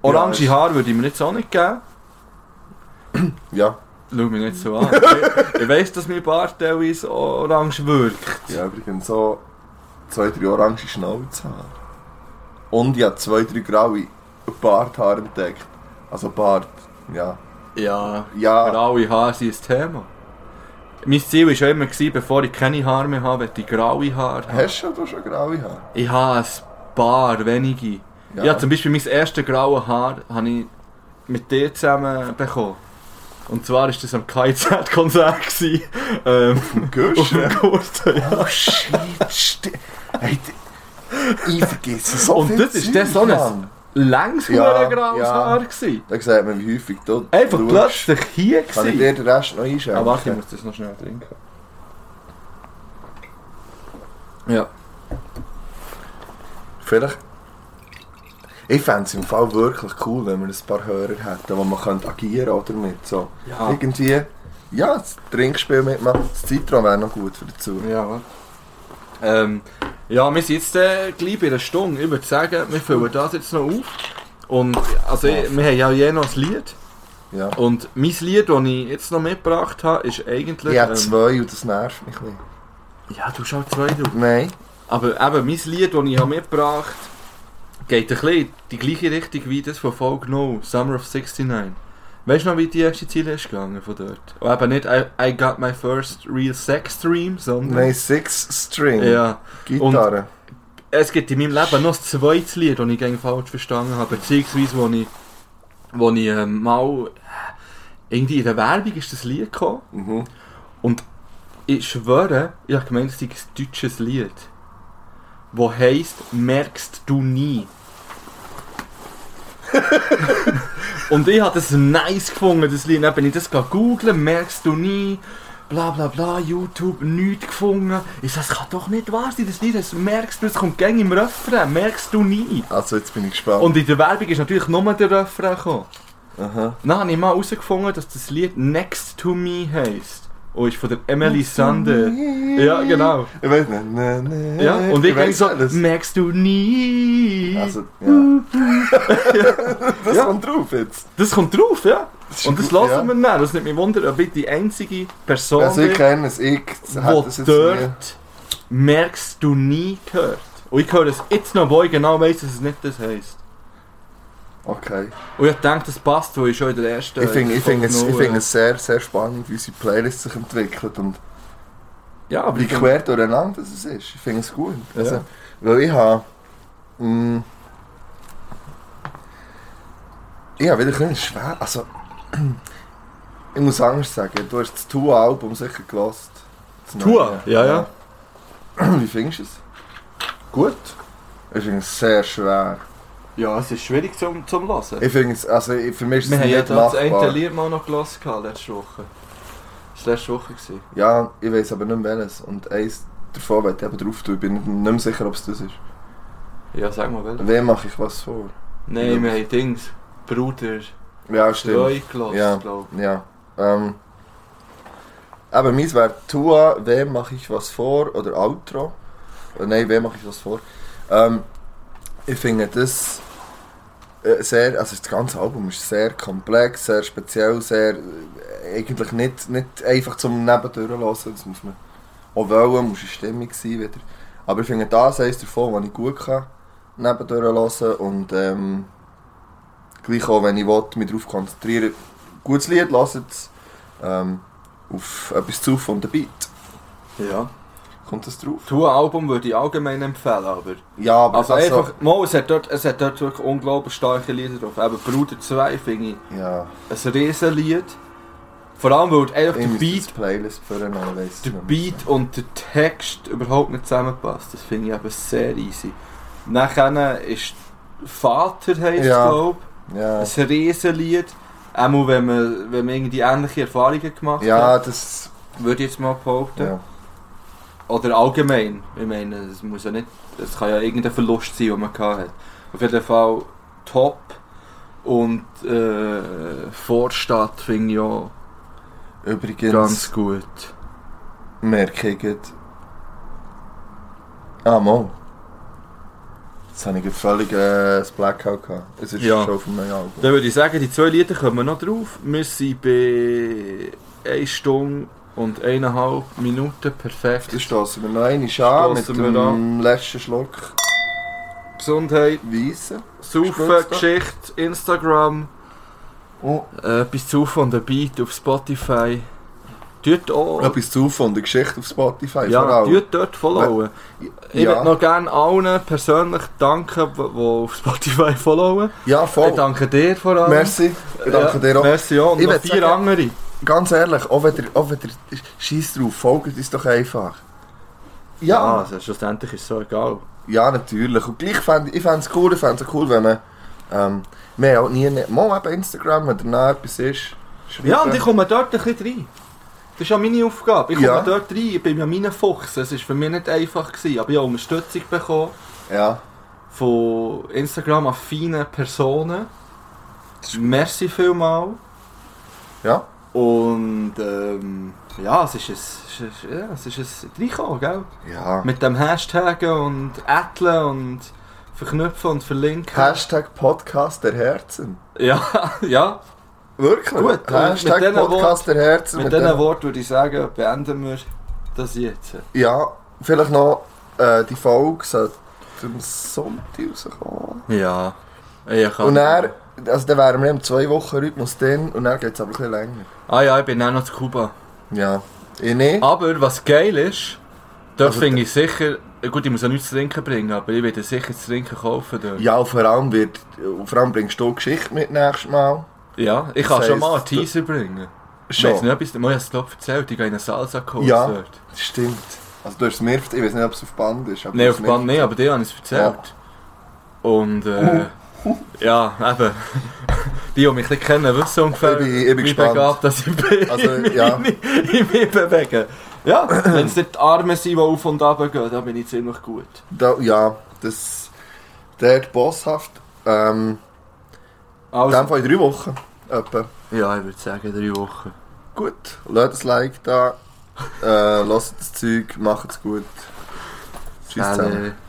[SPEAKER 2] Orange
[SPEAKER 1] Ja,
[SPEAKER 2] Haare würde ich mir jetzt auch nicht geben.
[SPEAKER 1] Ja,
[SPEAKER 2] Schau mich nicht so
[SPEAKER 1] [LAUGHS]
[SPEAKER 2] an. ich, ich weiss, dass mein Bart teilweise orange wirkt.
[SPEAKER 1] ja übrigens so... Zwei, drei orange Schnauze haben. Und ich habe zwei, drei graue Barthaare entdeckt. Also Bart, ja.
[SPEAKER 2] Ja,
[SPEAKER 1] Ja.
[SPEAKER 2] graue Haare sind ein Thema. Mein Ziel war schon immer, gewesen, bevor ich keine Haare mehr habe, möchte ich graue Haare haben.
[SPEAKER 1] Hast du da schon graue Haare?
[SPEAKER 2] Ich habe ein paar wenige. Ja, zum Beispiel mein erstes graues Haar habe ich mit dir zusammen bekommen. Und zwar war das am KZ-Konzert. gewesen. Ähm,
[SPEAKER 1] zum Gusch.
[SPEAKER 2] [LAUGHS] auf dem Gurten. ja.
[SPEAKER 1] Oh shit, shit. Hey, d- ich vergesse so
[SPEAKER 2] Und
[SPEAKER 1] viel
[SPEAKER 2] das ist
[SPEAKER 1] Zeug,
[SPEAKER 2] dann so ein-
[SPEAKER 1] Mann.
[SPEAKER 2] Längs
[SPEAKER 1] Ja,
[SPEAKER 2] ja, graues
[SPEAKER 1] ja.
[SPEAKER 2] Haar. Gewesen.
[SPEAKER 1] Da sieht man, wie häufig du
[SPEAKER 2] Einfach
[SPEAKER 1] schaust.
[SPEAKER 2] plötzlich hier.
[SPEAKER 1] Kann ich
[SPEAKER 2] Gewesen.
[SPEAKER 1] dir den Rest noch einschenken?
[SPEAKER 2] Ah, warte, ich muss das noch schnell trinken. Ja.
[SPEAKER 1] Vielleicht... Ich fände es im Fall wirklich cool, wenn wir ein paar Hörer hätten, die man könnte agieren oder mit. So.
[SPEAKER 2] Ja.
[SPEAKER 1] Irgendwie... Ja, das Trinkspiel mitmachen. Das Zitron wäre noch gut für dazu.
[SPEAKER 2] Ja, warte. ähm, ja, wir sind jetzt äh, gleich bei einer Stunde. Ich würde sagen, wir füllen das jetzt noch auf. Und also, ich, wir haben ja je noch ein Lied.
[SPEAKER 1] Ja.
[SPEAKER 2] Und mein Lied, das ich jetzt noch mitgebracht habe, ist eigentlich.
[SPEAKER 1] Ich
[SPEAKER 2] ähm,
[SPEAKER 1] habe zwei und das nervt mich ein bisschen.
[SPEAKER 2] ja, du schaust zwei drauf.
[SPEAKER 1] Nein.
[SPEAKER 2] Aber eben, mein Lied, das ich habe mitgebracht habe, geht ein bisschen in die gleiche Richtung wie das von Folk No, Summer of 69. Weißt du noch, wie die erste Ziele ist gegangen von dort? Und eben nicht I, I got my first real sex dream, sondern.
[SPEAKER 1] Nein, Six String.
[SPEAKER 2] Ja.
[SPEAKER 1] Gitarre.
[SPEAKER 2] Es gibt in meinem Leben noch ein zweites Lied, das ich gegen falsch verstanden habe, beziehungsweise wo ich, wo ich ähm, mal äh, irgendwie in der Werbung ist das Lied gekommen
[SPEAKER 1] Mhm.
[SPEAKER 2] und ich schwöre, ich habe gemeint, es sei ein deutsches Lied, wo heisst «Merkst du nie». und ich habe das nice gefunden, das Lied. Dann bin ich das googeln, «Merkst du nie», bla bla bla, YouTube, nichts gefunden. Ich sage, das kann doch nicht wahr sein, das Lied, das merkst du, es kommt gäng im Refrain, «Merkst du nie».
[SPEAKER 1] Also jetzt bin ich gespannt.
[SPEAKER 2] Und in der Werbung ist natürlich nur der Refrain gekommen.
[SPEAKER 1] Aha.
[SPEAKER 2] Dann habe ich mal herausgefunden, dass das Lied Next to Me heisst. Und ist von der Emily Sander. Ja, genau.
[SPEAKER 1] Ich weiß nicht. Ne, ne,
[SPEAKER 2] Ja, und ich denke
[SPEAKER 1] weiss
[SPEAKER 2] so,
[SPEAKER 1] alles.
[SPEAKER 2] merkst du nie.
[SPEAKER 1] Also, ja.
[SPEAKER 2] [LAUGHS]
[SPEAKER 1] das
[SPEAKER 2] Ja.
[SPEAKER 1] kommt drauf jetzt.
[SPEAKER 2] Das kommt drauf, ja.
[SPEAKER 1] ist
[SPEAKER 2] Und das
[SPEAKER 1] gut,
[SPEAKER 2] lassen wir nicht. Das nimmt mich wunder, ob ich die einzige Person
[SPEAKER 1] Also ich
[SPEAKER 2] bin,
[SPEAKER 1] kenne es, ich hätte es jetzt
[SPEAKER 2] die
[SPEAKER 1] nie.
[SPEAKER 2] dort merkst du nie gehört. Und ich höre es jetzt noch, wo ich genau weiss, dass es nicht das heisst.
[SPEAKER 1] Okay.
[SPEAKER 2] Und ich denke, das passt, wo ich schon in der ersten...
[SPEAKER 1] Ich finde ich find es, ich
[SPEAKER 2] Folge
[SPEAKER 1] find
[SPEAKER 2] noch,
[SPEAKER 1] es sehr, sehr spannend, wie unsere Playlist sich entwickelt und
[SPEAKER 2] Ja, aber
[SPEAKER 1] Wie
[SPEAKER 2] ich
[SPEAKER 1] quer durcheinander das es ist. Ich finde es gut. Also,
[SPEAKER 2] Mhm. Ja.
[SPEAKER 1] Weil ich habe... mm, Ich habe wieder ein bisschen schwer... Also... [CLEARS THROAT] Ich muss anders sagen, du hast das Tua-Album sicher gelost.
[SPEAKER 2] Tua? Ja, ja.
[SPEAKER 1] [CLEARS THROAT] Wie findest du es? Gut. Ich finde es sehr schwer.
[SPEAKER 2] ja, es ist schwierig zum, zum Hören.
[SPEAKER 1] Ich finde es... Also ich- für mich ist
[SPEAKER 2] Wir
[SPEAKER 1] es
[SPEAKER 2] haben ja
[SPEAKER 1] nicht
[SPEAKER 2] das eine
[SPEAKER 1] machbar.
[SPEAKER 2] Lied mal noch gelassen gehabt letzte Woche. Das war letzte Woche. Gewesen.
[SPEAKER 1] Ja, ich weiß aber nicht mehr welches. Und eins davon werde ich eben drauf tun. Ich bin nicht nicht mehr sicher, ob es das ist.
[SPEAKER 2] Ja, sag mal, welches.
[SPEAKER 1] Wem mache ich was vor?
[SPEAKER 2] Nein, wir haben Dings. Bruder
[SPEAKER 1] Ja, stimmt.
[SPEAKER 2] 2 gelassen,
[SPEAKER 1] Ja.
[SPEAKER 2] glaube
[SPEAKER 1] Ja. Ähm, aber meins wäre Tua, wem mache ich was vor? Oder Outro. Äh, Nein, wem mache ich was vor? Ähm, ich finde das äh, sehr, also das ganze Album ist sehr komplex, sehr speziell, sehr äh, eigentlich nicht, nicht einfach zum Nebendurchen lassen. Das muss man auch wollen, muss eine Stimmung sein wieder. Aber ich finde das eines davon, was ich gut kann, nebendurchen lassen und ähm, gleich auch, wenn ich will, mich darauf konzentrieren gutes Lied, lasst es ähm, auf etwas zu von der Beat.
[SPEAKER 2] ich. Ja.
[SPEAKER 1] Kommt das drauf?
[SPEAKER 2] Tu Album würde ich allgemein empfehlen, aber.
[SPEAKER 1] Ja, aber
[SPEAKER 2] Also einfach, mal, es hat dort, es hat dort wirklich unglaublich starke Lieder drauf. Eben Bruder 2 finde
[SPEAKER 1] Ja,
[SPEAKER 2] ich ein Riesenlied. Vor allem, weil einfach
[SPEAKER 1] ich
[SPEAKER 2] der
[SPEAKER 1] muss
[SPEAKER 2] Beat
[SPEAKER 1] das Playlist führen, aber weiss
[SPEAKER 2] der
[SPEAKER 1] nicht mehr.
[SPEAKER 2] Beat und der Text überhaupt nicht zusammenpasst. Das finde ich eben sehr easy. Nachher ist Vater, heisst
[SPEAKER 1] Ja.
[SPEAKER 2] glaube
[SPEAKER 1] Ja,
[SPEAKER 2] ich, ein Riesenlied. Auch wenn man, wenn man irgendwie ähnliche Erfahrungen gemacht
[SPEAKER 1] ja
[SPEAKER 2] hat,
[SPEAKER 1] das...
[SPEAKER 2] würde ich jetzt mal behaupten.
[SPEAKER 1] Ja.
[SPEAKER 2] Oder allgemein. Ich meine, es muss ja nicht. Es kann ja irgendein Verlust sein, den man gehabt hat. Auf jeden Fall top. Und äh, Vorstadt finde ich auch
[SPEAKER 1] Übrigens
[SPEAKER 2] ganz gut.
[SPEAKER 1] merke ich gerade... Ah, mal. Jetzt habe ich gerade völlig äh, das Blackout gehabt. Es ist
[SPEAKER 2] Ja.
[SPEAKER 1] schon auf dem neuen Album.
[SPEAKER 2] Dann würde ich sagen, die zwei Lieder kommen noch drauf. Wir sind bei 1 Stunde und 1,5 Minuten perfekt.
[SPEAKER 1] Jetzt stoßen wir noch einmal an mit
[SPEAKER 2] Stossen wir
[SPEAKER 1] dem letzten Schluck
[SPEAKER 2] Gesundheit,
[SPEAKER 1] Weissen.
[SPEAKER 2] Saufen,
[SPEAKER 1] Spürst du?
[SPEAKER 2] Geschichte, Instagram,
[SPEAKER 1] Oh.
[SPEAKER 2] äh, bis zu von der Beat auf Spotify. Tut auch.
[SPEAKER 1] Etwas zu von der Geschichte auf Spotify vor
[SPEAKER 2] Ja,
[SPEAKER 1] allem.
[SPEAKER 2] tut dort followen. Ich
[SPEAKER 1] Ja.
[SPEAKER 2] würde noch gerne allen persönlich danken, die die auf Spotify followen.
[SPEAKER 1] Ja,
[SPEAKER 2] Ich
[SPEAKER 1] voll.
[SPEAKER 2] danke dir vor allem.
[SPEAKER 1] Merci. Ich danke
[SPEAKER 2] ja,
[SPEAKER 1] dir auch.
[SPEAKER 2] Merci auch. Und
[SPEAKER 1] Ich
[SPEAKER 2] noch
[SPEAKER 1] würd
[SPEAKER 2] vier
[SPEAKER 1] sagen-
[SPEAKER 2] andere.
[SPEAKER 1] Ganz ehrlich, auch wenn ihr, auch wenn ihr scheiss drauf, folgt uns doch einfach.
[SPEAKER 2] Ah,
[SPEAKER 1] Ja,
[SPEAKER 2] also, schlussendlich ist es so egal.
[SPEAKER 1] ja natürlich. Und gleich fände ich- ich fände es cool, ich fände es cool, wenn man... Ähm, wir haben auch nie... Mal eben Instagram, wenn danach etwas ist. schreiben.
[SPEAKER 2] Ja, und ich komme dort ein bisschen rein. Das ist ja meine Aufgabe. Ich komme
[SPEAKER 1] Ja.
[SPEAKER 2] dort rein, ich bin ja mein Fuchs. Es war für mich nicht einfach, gewesen, aber ich habe Unterstützung bekommen
[SPEAKER 1] Ja,
[SPEAKER 2] von Instagram-affinen Personen. Merci vielmals.
[SPEAKER 1] ja.
[SPEAKER 2] Und ähm, ja, es ist ein, es ist, ein- ja, es ist ein Reinkommen, gell?
[SPEAKER 1] Ja.
[SPEAKER 2] Mit dem Hashtag und Ätteln und Verknüpfen und Verlinken.
[SPEAKER 1] Hashtag Podcast der Herzen.
[SPEAKER 2] ja, [LAUGHS] ja.
[SPEAKER 1] Wirklich?
[SPEAKER 2] Gut,
[SPEAKER 1] Hashtag
[SPEAKER 2] mit diesen
[SPEAKER 1] Podcast der Herzen.
[SPEAKER 2] Mit,
[SPEAKER 1] mit
[SPEAKER 2] diesen
[SPEAKER 1] den-
[SPEAKER 2] Worten würde ich sagen, beenden wir das jetzt.
[SPEAKER 1] ja, vielleicht noch äh, die Folge sollte am Sonntag rauskommen.
[SPEAKER 2] Ja. Ich kann
[SPEAKER 1] Und dann, also dann wären wir im 2-Wochen-Rhythmus drin und dann geht es aber ein bisschen länger.
[SPEAKER 2] Ah ja, ich bin auch noch zu Kuba.
[SPEAKER 1] Ja. Ah. Ich nicht.
[SPEAKER 2] Aber was geil ist, dort
[SPEAKER 1] Also
[SPEAKER 2] finde ich sicher. Gut, ich muss ja nichts zu trinken bringen, aber ich werde sicher zu trinken kaufen dort.
[SPEAKER 1] Ja, und vor allem, wird, und vor allem bringst du Geschichte mit nächstes Mal.
[SPEAKER 2] Ja, ich
[SPEAKER 1] Das
[SPEAKER 2] kann schon mal einen
[SPEAKER 1] heisst,
[SPEAKER 2] Teaser bringen. Ich weiß
[SPEAKER 1] Schon.
[SPEAKER 2] nicht, ob ich es dir ich glaube erzählt, ich gehe in einen Salsa-Kurs
[SPEAKER 1] Ja.
[SPEAKER 2] dort.
[SPEAKER 1] Das stimmt. Also du hast es mir, ich weiß nicht, ob es auf Band ist. aber
[SPEAKER 2] Nein,
[SPEAKER 1] du
[SPEAKER 2] auf
[SPEAKER 1] hast
[SPEAKER 2] die
[SPEAKER 1] es
[SPEAKER 2] Band nicht, aber dir habe ich es erzählt. Und äh, ja, eben. [LAUGHS] Die, die mich ein bisschen kennen, wissen ungefähr,
[SPEAKER 1] Ich bin- ich bin
[SPEAKER 2] wie
[SPEAKER 1] gespannt.
[SPEAKER 2] begabt dass ich bin.
[SPEAKER 1] Also,
[SPEAKER 2] [LAUGHS] in mich-
[SPEAKER 1] ja.
[SPEAKER 2] in mich- in mich bewege. Ja, wenn es nicht die Arme sind, die auf und ab gehen, dann bin ich ziemlich gut.
[SPEAKER 1] Da, ja, das... Der hat bosshaft. Ähm, in
[SPEAKER 2] Also,
[SPEAKER 1] dem Fall in drei Wochen. Etwa.
[SPEAKER 2] ja, ich würde sagen, drei Wochen.
[SPEAKER 1] Gut. Lasst ein Like da. Äh, lasst das Zeug. Macht's gut. Tschüss zusammen.
[SPEAKER 2] Alle-